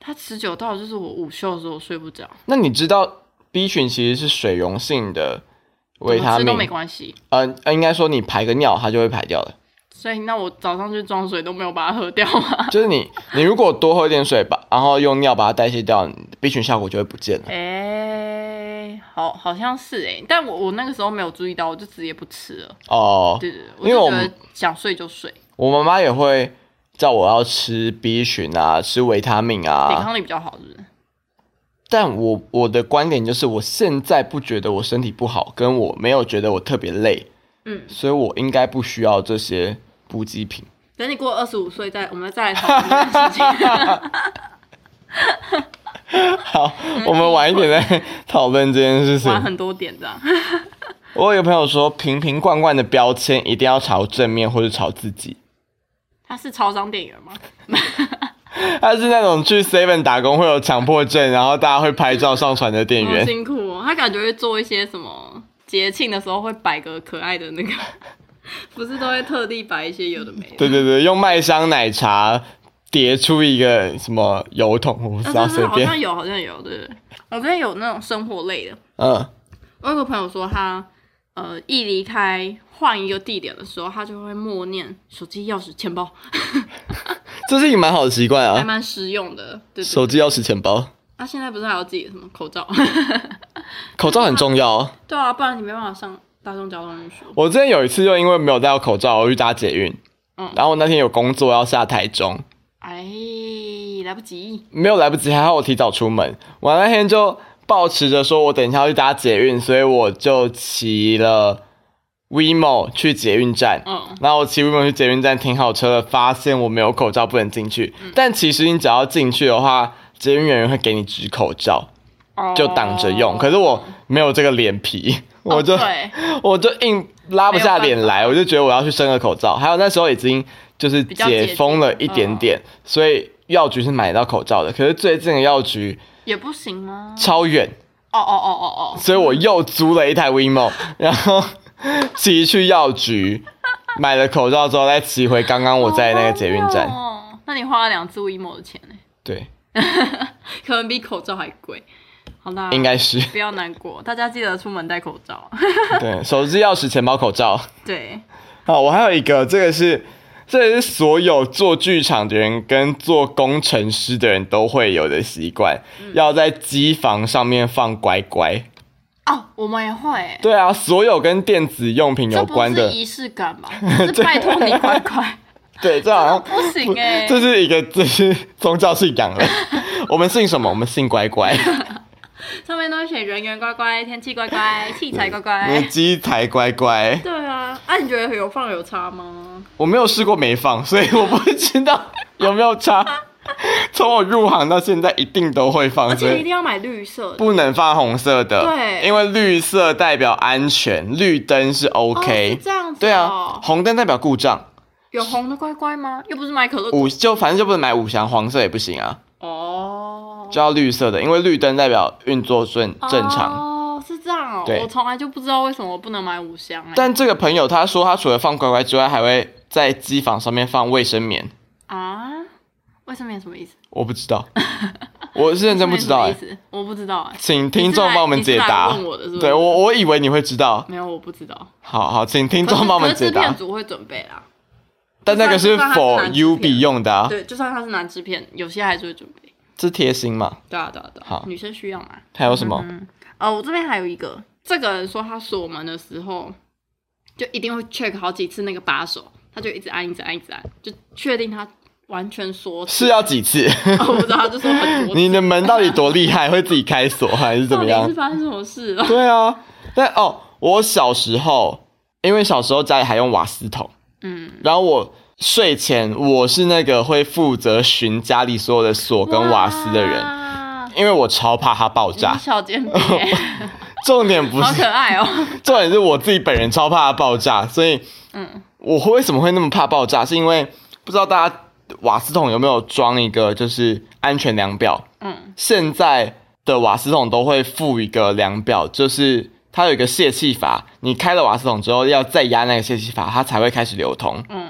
Speaker 2: 它持久到就是我午休的时候睡不着，
Speaker 1: 那你知道 B 群其实是水溶性的维
Speaker 2: 怎么
Speaker 1: 他
Speaker 2: 吃都没
Speaker 1: 命，
Speaker 2: 关系。
Speaker 1: 呃呃，应该说你排个尿它就会排掉的。
Speaker 2: 所以那我早上去装水都没有把它喝掉吗？
Speaker 1: 就是
Speaker 2: (laughs)
Speaker 1: 你你如果多喝一点水吧，然后用尿把它代谢掉你，B 群效果就会不见了。
Speaker 2: 哎、好，好像是哎、但我我那个时候没有注意到，我就直接不吃了。
Speaker 1: 哦，
Speaker 2: 对对对，
Speaker 1: 因为
Speaker 2: 就
Speaker 1: 我
Speaker 2: 觉
Speaker 1: 们
Speaker 2: 得想睡就睡，
Speaker 1: 我妈妈也会叫我要吃 B 群啊，吃维他命
Speaker 2: 抵
Speaker 1: 啊。
Speaker 2: 抗力比较好，是不是？
Speaker 1: 但我我的观点就是，我现在不觉得我身体不好，跟我没有觉得我特别累，
Speaker 2: 嗯，
Speaker 1: 所以我应该不需要这些补给品。
Speaker 2: 等你过二十五岁再，我们再来讨论这 (laughs) 件事情。
Speaker 1: 好，我们晚一点再讨论这件事
Speaker 2: 玩
Speaker 1: 情。
Speaker 2: 很多点这样，
Speaker 1: 我有个朋友说，瓶瓶罐罐的标签一定要朝正面或者朝自己。
Speaker 2: 他是超商店员吗？
Speaker 1: 他是那种去 Seven 打工会有强迫症，然后大家会拍照上传的 (laughs) 店
Speaker 2: 好
Speaker 1: 员。
Speaker 2: 辛苦哦，他感觉会做一些什么节庆的时候会摆个可爱的那个， (laughs) 不是都会特地摆一些有的没的。
Speaker 1: 对对对，用麦香奶茶叠出一个什么油桶，我不
Speaker 2: 啊
Speaker 1: 知道，
Speaker 2: 对
Speaker 1: 随
Speaker 2: 对，好像
Speaker 1: 便。
Speaker 2: 有，好像有，对对对。我之前有那种生活类的，
Speaker 1: 嗯，
Speaker 2: 我有个朋友说他，呃，一离开换一个地点的时候，他就会默念手机、钥匙、钱包，
Speaker 1: 啊这是一个蛮好的习惯
Speaker 2: 还
Speaker 1: 啊。
Speaker 2: 蛮实用的。对对
Speaker 1: 手机、钥匙、钱包，
Speaker 2: 他、啊现在不是还有自己的什么口罩？
Speaker 1: 口罩很重要哦。
Speaker 2: (laughs) 对啊，不然你没办法上大众交通运输。
Speaker 1: 我之前有一次就因为没有戴到口罩，我去搭捷运，
Speaker 2: 嗯
Speaker 1: 然后我那天有工作要下台中，
Speaker 2: 哎，来不及。
Speaker 1: 没有来不及，还好我提早出门。我那天就抱持着说，我等一下要去搭捷运，所以我就骑了 WeMo 去捷运站，
Speaker 2: 嗯
Speaker 1: 然后我骑 WeMo 去捷运站停好车了，发现我没有口罩不能进去。
Speaker 2: 嗯
Speaker 1: 但其实你只要进去的话，捷运人员会给你纸口罩，就挡着用。
Speaker 2: 哦
Speaker 1: 可是我没有这个脸皮，我就、
Speaker 2: 哦对
Speaker 1: (laughs) 我就硬拉不下脸来，我就觉得我要去申个口罩。还有那时候已经就是
Speaker 2: 较嗯接
Speaker 1: 解
Speaker 2: 近
Speaker 1: 封了一点点，所以药局是买到口罩的。可是最近的药局
Speaker 2: 也不行吗？
Speaker 1: 超
Speaker 2: (laughs)
Speaker 1: 远，
Speaker 2: 哦哦哦哦哦，
Speaker 1: 所以我又租了一台 WeMo，然后骑去药
Speaker 2: (laughs)
Speaker 1: 局买了口罩之后，再骑回刚刚我在那个捷运站。
Speaker 2: 好荒谬哦，那你花了两次 WeMo 的钱呢，
Speaker 1: 对，
Speaker 2: 可能比口罩还贵。好啦，
Speaker 1: 应该是
Speaker 2: 不要难过，大家记得出门戴口罩。 (laughs)
Speaker 1: 对，手机、钥匙、钱包、口罩。
Speaker 2: 对，
Speaker 1: 好，我还有一个，这个是，这个是所有做剧场的人跟做工程师的人都会有的习惯，
Speaker 2: 嗯
Speaker 1: 要在机房上面放乖乖。
Speaker 2: 哦，我们也会欸，
Speaker 1: 对啊，所有跟电子用品有
Speaker 2: 这不
Speaker 1: 关
Speaker 2: 是
Speaker 1: 的，
Speaker 2: 仪式感吧？是拜托你乖乖，
Speaker 1: (laughs) 对，这好像
Speaker 2: 不行哎，
Speaker 1: 这是一个，这是宗教信仰
Speaker 2: (laughs)
Speaker 1: 了。我们信什么？我们信乖乖，
Speaker 2: 上面都会写人员乖乖、天气乖乖、器材乖
Speaker 1: 因为
Speaker 2: 乖。
Speaker 1: 机台乖乖。
Speaker 2: 对啊，啊，你觉得有放有差吗？
Speaker 1: 我没有试过没放，所以我不知道有没有差。从我入行到现在，一定都会放，
Speaker 2: 而
Speaker 1: 所
Speaker 2: 且一
Speaker 1: 以
Speaker 2: 定要买绿色的。
Speaker 1: 啊不能放红色的。
Speaker 2: 对
Speaker 1: 因为绿色代表安全，绿灯是
Speaker 2: 哦
Speaker 1: OK
Speaker 2: 是。这样子、哦。
Speaker 1: 对啊，红灯代表故障，
Speaker 2: 有红的乖乖吗？又不是买可乐果
Speaker 1: 五就反正就不能买五祥黄色也不行啊，
Speaker 2: 哦，
Speaker 1: 就要绿色的，因为绿灯代表运作正正常。
Speaker 2: 哦，是这样哦。
Speaker 1: 对
Speaker 2: 我从来就不知道为什么我不能买五箱哎、
Speaker 1: 但这个朋友他说，他除了放乖乖之外，还会在机房上面放卫生棉，
Speaker 2: 啊，为什么？什么意思？
Speaker 1: 我不知
Speaker 2: (laughs)
Speaker 1: 道，我是认真不知道哎、
Speaker 2: 卫生棉什么意思？我不知道哎、
Speaker 1: 请听众帮我们解答。
Speaker 2: 你是来问我的是不是
Speaker 1: 对我，我以为你会知道。
Speaker 2: 没有，我不知道。
Speaker 1: 好好，请听
Speaker 2: 可
Speaker 1: 众
Speaker 2: 是
Speaker 1: 帮我们
Speaker 2: 可是
Speaker 1: 解
Speaker 2: 制片
Speaker 1: 答。
Speaker 2: 组会准备啦。
Speaker 1: 但那个是
Speaker 2: 就算
Speaker 1: 否
Speaker 2: 它是男制
Speaker 1: U
Speaker 2: 片
Speaker 1: B 用的啊？
Speaker 2: 对，就算他是男制片，有些还是会准备。
Speaker 1: 这贴心嘛？
Speaker 2: 对啊，对啊，对啊
Speaker 1: 好。
Speaker 2: 女生需要嘛？
Speaker 1: 还有什么？
Speaker 2: 哦，我这边还有一个，这个人说他锁门的时候，就一定会 check 好几次那个把手，他就一直按，一直按，一直按，就确定他完全锁死。
Speaker 1: 是要几次？
Speaker 2: 哦， (laughs) 我不知道，他就说很多次。
Speaker 1: 你的门到底多厉害？会自己开锁还是怎么
Speaker 2: 到底
Speaker 1: 样
Speaker 2: 是？发生什么事了？
Speaker 1: 对啊，但哦，我小时候，因为小时候家里还用瓦斯桶，
Speaker 2: 嗯，
Speaker 1: 然后我睡前我是那个会负责寻家里所有的锁跟瓦斯的人，
Speaker 2: 哇
Speaker 1: 因为我超怕它爆炸
Speaker 2: 你。小尖兵欸，
Speaker 1: 重点 (laughs) 不
Speaker 2: 好
Speaker 1: 是
Speaker 2: 可爱哦。
Speaker 1: 重点是我自己本人超怕它爆炸，所以，
Speaker 2: 嗯，
Speaker 1: 我为什么会那么怕爆炸？是因为不知道大家瓦斯桶有没有装一个就是安全量表？
Speaker 2: 嗯，
Speaker 1: 现在的瓦斯桶都会附一个量表，就是它有一个泄气阀，你开了瓦斯桶之后要再压那个泄气阀，它才会开始流通。嗯，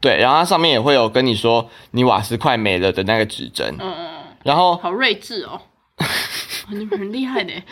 Speaker 1: 对，然后它上面也会有跟你说你瓦斯快没了的那个指针。嗯然后
Speaker 2: 好睿智哦，很很厉害的欸。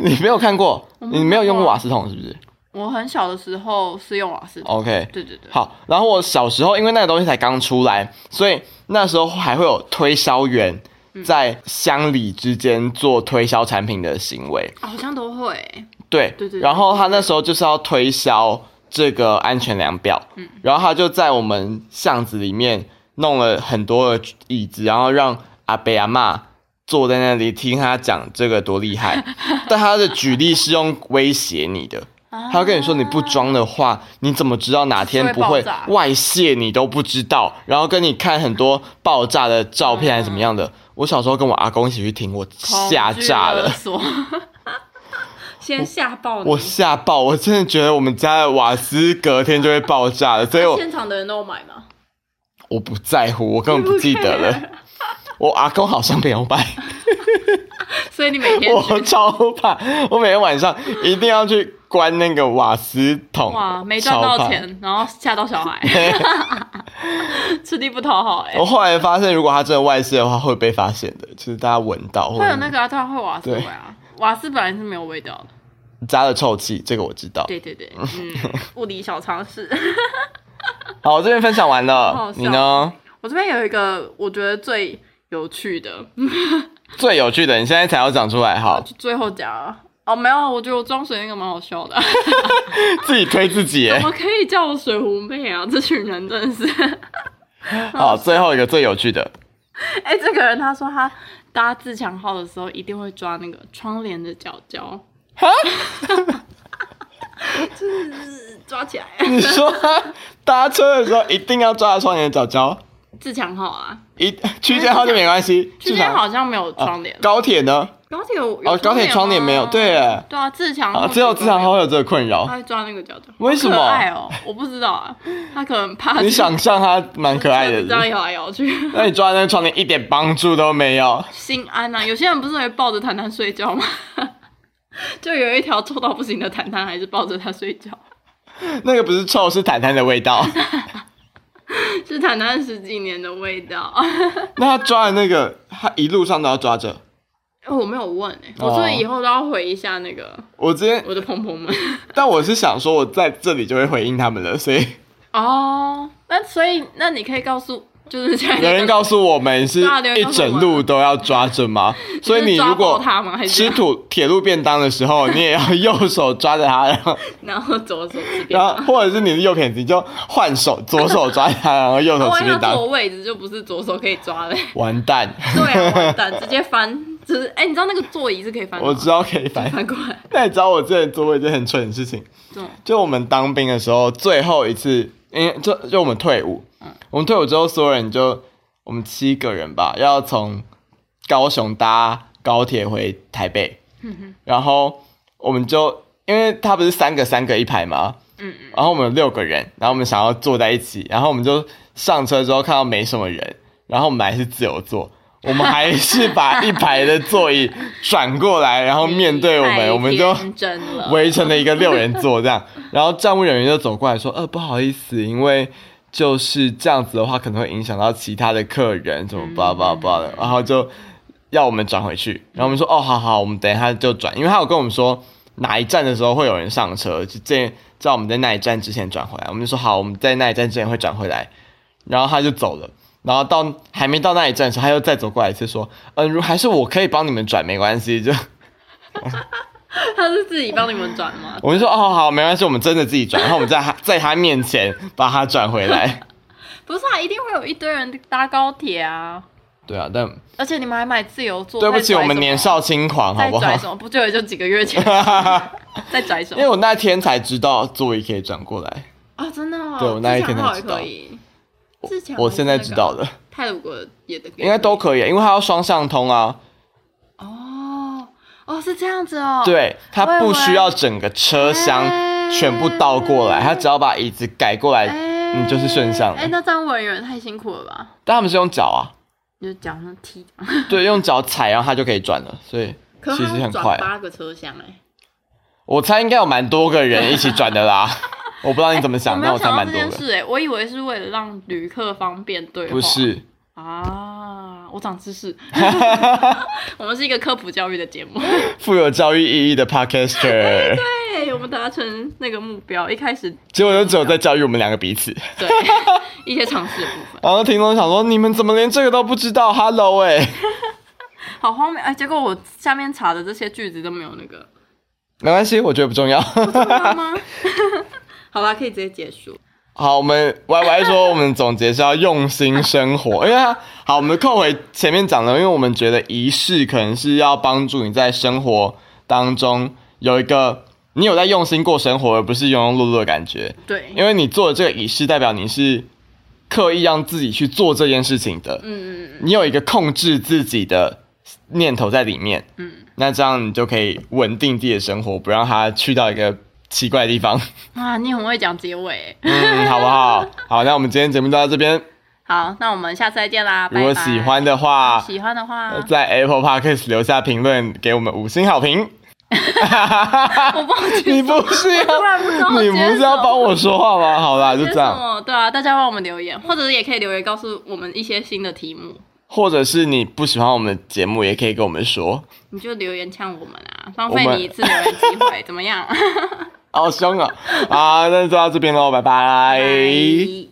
Speaker 1: 你没有看过，
Speaker 2: 没
Speaker 1: 你没有用过
Speaker 2: 看过啊
Speaker 1: 瓦斯桶是不是
Speaker 2: 我很小的时候是用瓦斯桶，
Speaker 1: ？OK，
Speaker 2: 对对对，
Speaker 1: 好，然后我小时候因为那个东西才刚出来，所以那时候还会有推销员
Speaker 2: 嗯
Speaker 1: 在乡里之间做推销产品的行为。
Speaker 2: 好像都会欸。
Speaker 1: 对，
Speaker 2: 对对对
Speaker 1: 然后他那时候就是要推销这个安全量表，
Speaker 2: 嗯
Speaker 1: 然后他就在我们巷子里面弄了很多的椅子，然后让阿伯阿嬷坐在那里听他讲这个多厉
Speaker 2: (laughs)
Speaker 1: 害。但他的举例是用威胁你的，他会跟你说你
Speaker 2: 啊
Speaker 1: 不装的话，你怎么知道哪天不
Speaker 2: 会
Speaker 1: 会
Speaker 2: 爆炸
Speaker 1: 外泄？你都不知道，然后跟你看很多爆炸的照片还是怎么样的。我小时候跟我阿公一起去听，我吓炸了
Speaker 2: 嗯恐惧勒。索，先吓爆你
Speaker 1: 我。吓爆！我真的觉得我们家的瓦斯隔天就会爆炸了，所以我
Speaker 2: 现场的人都有买吗？
Speaker 1: 我不在乎，我根本不记得了。
Speaker 2: (laughs)
Speaker 1: 我阿公好像没有买，
Speaker 2: 所以你每天
Speaker 1: 我超怕！我每天晚上一定要去关那个瓦斯桶，
Speaker 2: 哇啊没赚
Speaker 1: 超
Speaker 2: 到
Speaker 1: 怕。
Speaker 2: 钱，然后吓到
Speaker 1: (laughs)
Speaker 2: 小孩，吃力不讨好哎、
Speaker 1: 我后来发现，如果它真的外泄的话，会被发现的，就是大家闻到或
Speaker 2: 会有
Speaker 1: 者
Speaker 2: 那个啊，当然会瓦斯味啊，瓦斯本来是没有味道的。
Speaker 1: 加了臭气，这个我知道。
Speaker 2: 对对对，嗯，物理小常识。 (laughs)
Speaker 1: 好，我这边分享完
Speaker 2: 好好
Speaker 1: 了，
Speaker 2: 笑
Speaker 1: 你呢？
Speaker 2: 我这边有一个我觉得最有趣的，
Speaker 1: 最有趣的，你现在才要讲出来，好，
Speaker 2: 就最后讲啊哦，没有，我觉得我装水那个蛮好笑的。
Speaker 1: 自己推自己耶。
Speaker 2: (laughs) 我可以叫我水壶妹啊，这群人真的是。
Speaker 1: 好，最后一个最有趣的，
Speaker 2: (laughs) 哎、这个人他说他搭自强号的时候一定会抓 (laughs) 那个窗帘的角角，就是抓起来。
Speaker 1: 你说搭车的时候一定要抓着窗帘的脚脚，
Speaker 2: 自强号啊，
Speaker 1: 一区间号就没关系。
Speaker 2: 之
Speaker 1: 至
Speaker 2: 前
Speaker 1: 少
Speaker 2: 好像没有窗帘
Speaker 1: 啊。高铁呢？
Speaker 2: 哦高铁有有
Speaker 1: 哦，高铁
Speaker 2: 吗
Speaker 1: 窗帘没有，对耶，
Speaker 2: 对啊，自强
Speaker 1: 啊，只有自强号会有这个困
Speaker 2: 他
Speaker 1: 扰。
Speaker 2: 会抓那个脚脚，
Speaker 1: 为什么
Speaker 2: 好可爱哦，我不知道啊， (laughs) 他可能怕
Speaker 1: 你想象它蛮可
Speaker 2: (laughs)
Speaker 1: 爱的
Speaker 2: 这样
Speaker 1: 人，
Speaker 2: 摇来摇去，
Speaker 1: 那你抓那个窗帘一点帮助都没有。
Speaker 2: 心安啊。有些人不是会抱着谈谈睡觉吗？ (laughs) 就有一条臭到不行的谈谈，还是抱着它睡觉， (laughs)
Speaker 1: 那个不是臭，是坦坦的味道。
Speaker 2: 是谈谈十几年的味道。 (laughs)
Speaker 1: 那他抓的那个，他一路上都要抓着。
Speaker 2: 哎我没有问哎、
Speaker 1: 哦
Speaker 2: 我所以以后都要回一下那个 (laughs)
Speaker 1: 我之前，
Speaker 2: 我的朋朋们
Speaker 1: 但我是想说，我在这里就会回应他们了，所
Speaker 2: (laughs)
Speaker 1: 以
Speaker 2: 哦。 (laughs) 那所以那你可以告诉，就是这样
Speaker 1: 有人告诉我们是
Speaker 2: 对啊有人
Speaker 1: 一
Speaker 2: 告诉我
Speaker 1: 整
Speaker 2: 们
Speaker 1: 路都要抓着吗？所以你如
Speaker 2: (laughs) 就是抓爆
Speaker 1: 果
Speaker 2: 它吗还是
Speaker 1: 吃土铁路便当的时候，你也要右手抓着它，
Speaker 2: (laughs)
Speaker 1: 然后
Speaker 2: 然后左手这边
Speaker 1: 然。后或者是你是右撇子，你就换手，左手抓着它，然后右手
Speaker 2: 万
Speaker 1: 吃
Speaker 2: 一他
Speaker 1: 便
Speaker 2: 坐
Speaker 1: 当，
Speaker 2: 位置就不是左手可以抓的，
Speaker 1: 完蛋。 (laughs)
Speaker 2: 对啊，完蛋，直接翻，就是哎、你知道那个座椅是可以翻的吗，
Speaker 1: 我知道可以翻。
Speaker 2: 翻过来
Speaker 1: (laughs) 那你知道我之前做过一件很蠢的事情，
Speaker 2: 这种，
Speaker 1: 就我们当兵的时候，最后一次，因为就就我们退伍，我们退伍之后，所有人就我们七个人吧，要从高雄搭高铁回台北，然后我们就因为他不是三个三个一排嘛，
Speaker 2: 嗯
Speaker 1: 然后我们有六个人，然后我们想要坐在一起，然后我们就上车之后看到没什么人，然后我们还是自由坐。我们还是把一排的座椅转过来，然后
Speaker 2: 嗯，
Speaker 1: 面对我们，我们就
Speaker 2: (laughs) 太天真了，
Speaker 1: 围成了一个六人座这样，然后站务人员就走过来说：“呃，不好意思，因为就是这样子的话，可能会影响到其他的客人，怎么吧吧吧的。”然后就要我们转回去，然后我们说：“哦，好好，我们等一下就转，因为他有跟我们说哪一站的时候会有人上车，就这在我们在那一站之前转回来。”我们就说：“好，我们在那一站之前会转回来。”然后他就走了。然后到还没到那一站的时候，他又再走过来一次说：“嗯、如还是我可以帮你们转，没关系。”就
Speaker 2: 他是自己帮你们转吗？
Speaker 1: 我们说哦好，没关系，我们真的自己转，然后我们在他在他面前把他转回来。
Speaker 2: (laughs) 不是啊，一定会有一堆人搭高铁啊，
Speaker 1: 对啊，但
Speaker 2: 而且你们还买自由座，
Speaker 1: 对不
Speaker 2: 再
Speaker 1: 起，
Speaker 2: 拽
Speaker 1: 我们
Speaker 2: 什么
Speaker 1: 年少轻狂，好
Speaker 2: 再
Speaker 1: 不
Speaker 2: 拽
Speaker 1: 好？
Speaker 2: 什么？不就也就几个月
Speaker 1: (laughs)
Speaker 2: 前再拽什
Speaker 1: 因为
Speaker 2: 么
Speaker 1: 我那天才知道座椅可以转过来，
Speaker 2: 啊？真 (laughs) 的、哦，
Speaker 1: 对我那一
Speaker 2: 自
Speaker 1: 天
Speaker 2: 强
Speaker 1: 才
Speaker 2: 号也
Speaker 1: 知道
Speaker 2: 可以，自强
Speaker 1: 我现在知道
Speaker 2: 了，
Speaker 1: 了，
Speaker 2: 泰鲁国也的
Speaker 1: 应该都可以，啊因为它要双向通啊。
Speaker 2: 哦哦是这样子哦，，
Speaker 1: 对，
Speaker 2: 我
Speaker 1: 它
Speaker 2: 以为
Speaker 1: 不需要整个车厢
Speaker 2: 哎
Speaker 1: 全部倒过来，它只要把椅子改过来，
Speaker 2: 哎、
Speaker 1: 你就是顺向了
Speaker 2: 哎、那站务人员太辛苦了吧？
Speaker 1: 但他们是用脚啊，
Speaker 2: 你就脚上踢，
Speaker 1: 对，用脚踩，然后它就可以转了，所以
Speaker 2: 可
Speaker 1: 其
Speaker 2: 是
Speaker 1: 实
Speaker 2: 他
Speaker 1: 很
Speaker 2: 们转
Speaker 1: 快啊。
Speaker 2: 八个车厢哎、
Speaker 1: 我猜应该有蛮多个人一起转的啦，我不知道你怎么
Speaker 2: (laughs) 我
Speaker 1: 想，
Speaker 2: 没
Speaker 1: 但
Speaker 2: 有
Speaker 1: 我猜
Speaker 2: 想到
Speaker 1: 蛮
Speaker 2: 这
Speaker 1: 多
Speaker 2: 件
Speaker 1: 个。
Speaker 2: 事哎、我以为是为了让旅客方便对话，
Speaker 1: 不是，
Speaker 2: 啊，我长
Speaker 1: (laughs)
Speaker 2: 知识，我们是一个科普教育的节目，
Speaker 1: 富有教育意义的 podcaster，
Speaker 2: 对，我们达成那个目标，一开始
Speaker 1: 结果就只有在教育我们两个彼此。 (laughs)
Speaker 2: 对一些尝试的部分，
Speaker 1: 然后听众想说，你们怎么连这个都不知道？Hello，哎、
Speaker 2: 好荒谬哎、结果我下面查的这些句子都没有那
Speaker 1: (laughs)
Speaker 2: 个，
Speaker 1: 没关系，我觉得不重要。 (laughs)
Speaker 2: 好吗？ (laughs) 好吧，可以直接结束。
Speaker 1: 好，我们 Y Y 说，我们总结是要用心生活， (laughs) 因为它好，我们扣回前面讲的，因为我们觉得仪式可能是要帮助你在生活当中有一个你有在用心过生活，而不是庸庸碌碌的感觉。
Speaker 2: 对，
Speaker 1: 因为你做的这个仪式，代表你是刻意让自己去做这件事情的。
Speaker 2: 嗯，
Speaker 1: 你有一个控制自己的念头在里面，
Speaker 2: 嗯，
Speaker 1: 那这样你就可以稳定自己的生活，不让它去到一个奇怪的地
Speaker 2: (laughs)
Speaker 1: 方，
Speaker 2: 啊，你很会讲结尾欸。
Speaker 1: 嗯，好不好？好，那我们今天节目就到这边。
Speaker 2: 好，那我们下次再见啦，
Speaker 1: 如果
Speaker 2: 拜拜
Speaker 1: 喜欢的话，
Speaker 2: 喜欢
Speaker 1: (laughs)
Speaker 2: 的话，
Speaker 1: 呃在 Apple Podcast 留下评论，给我们五星好
Speaker 2: (laughs)
Speaker 1: 评。
Speaker 2: 我忘记
Speaker 1: 你不是要
Speaker 2: 突然不知道，
Speaker 1: 你
Speaker 2: 接
Speaker 1: 不
Speaker 2: 什么
Speaker 1: 是要帮我说话吗？好啦，就
Speaker 2: 接
Speaker 1: 这
Speaker 2: 什
Speaker 1: 样。
Speaker 2: 么？对啊，大家帮我们留言，或者是也可以留言告诉我们一些新的题目，
Speaker 1: 或者是你不喜欢我们的节目，也可以跟我们说。
Speaker 2: 你就留言呛我们啊，浪
Speaker 1: 我
Speaker 2: 费
Speaker 1: 们
Speaker 2: 你一次留言机会，
Speaker 1: (laughs)
Speaker 2: 怎么样？
Speaker 1: 好凶啊！啊，那就到这边喽，拜拜。
Speaker 2: 拜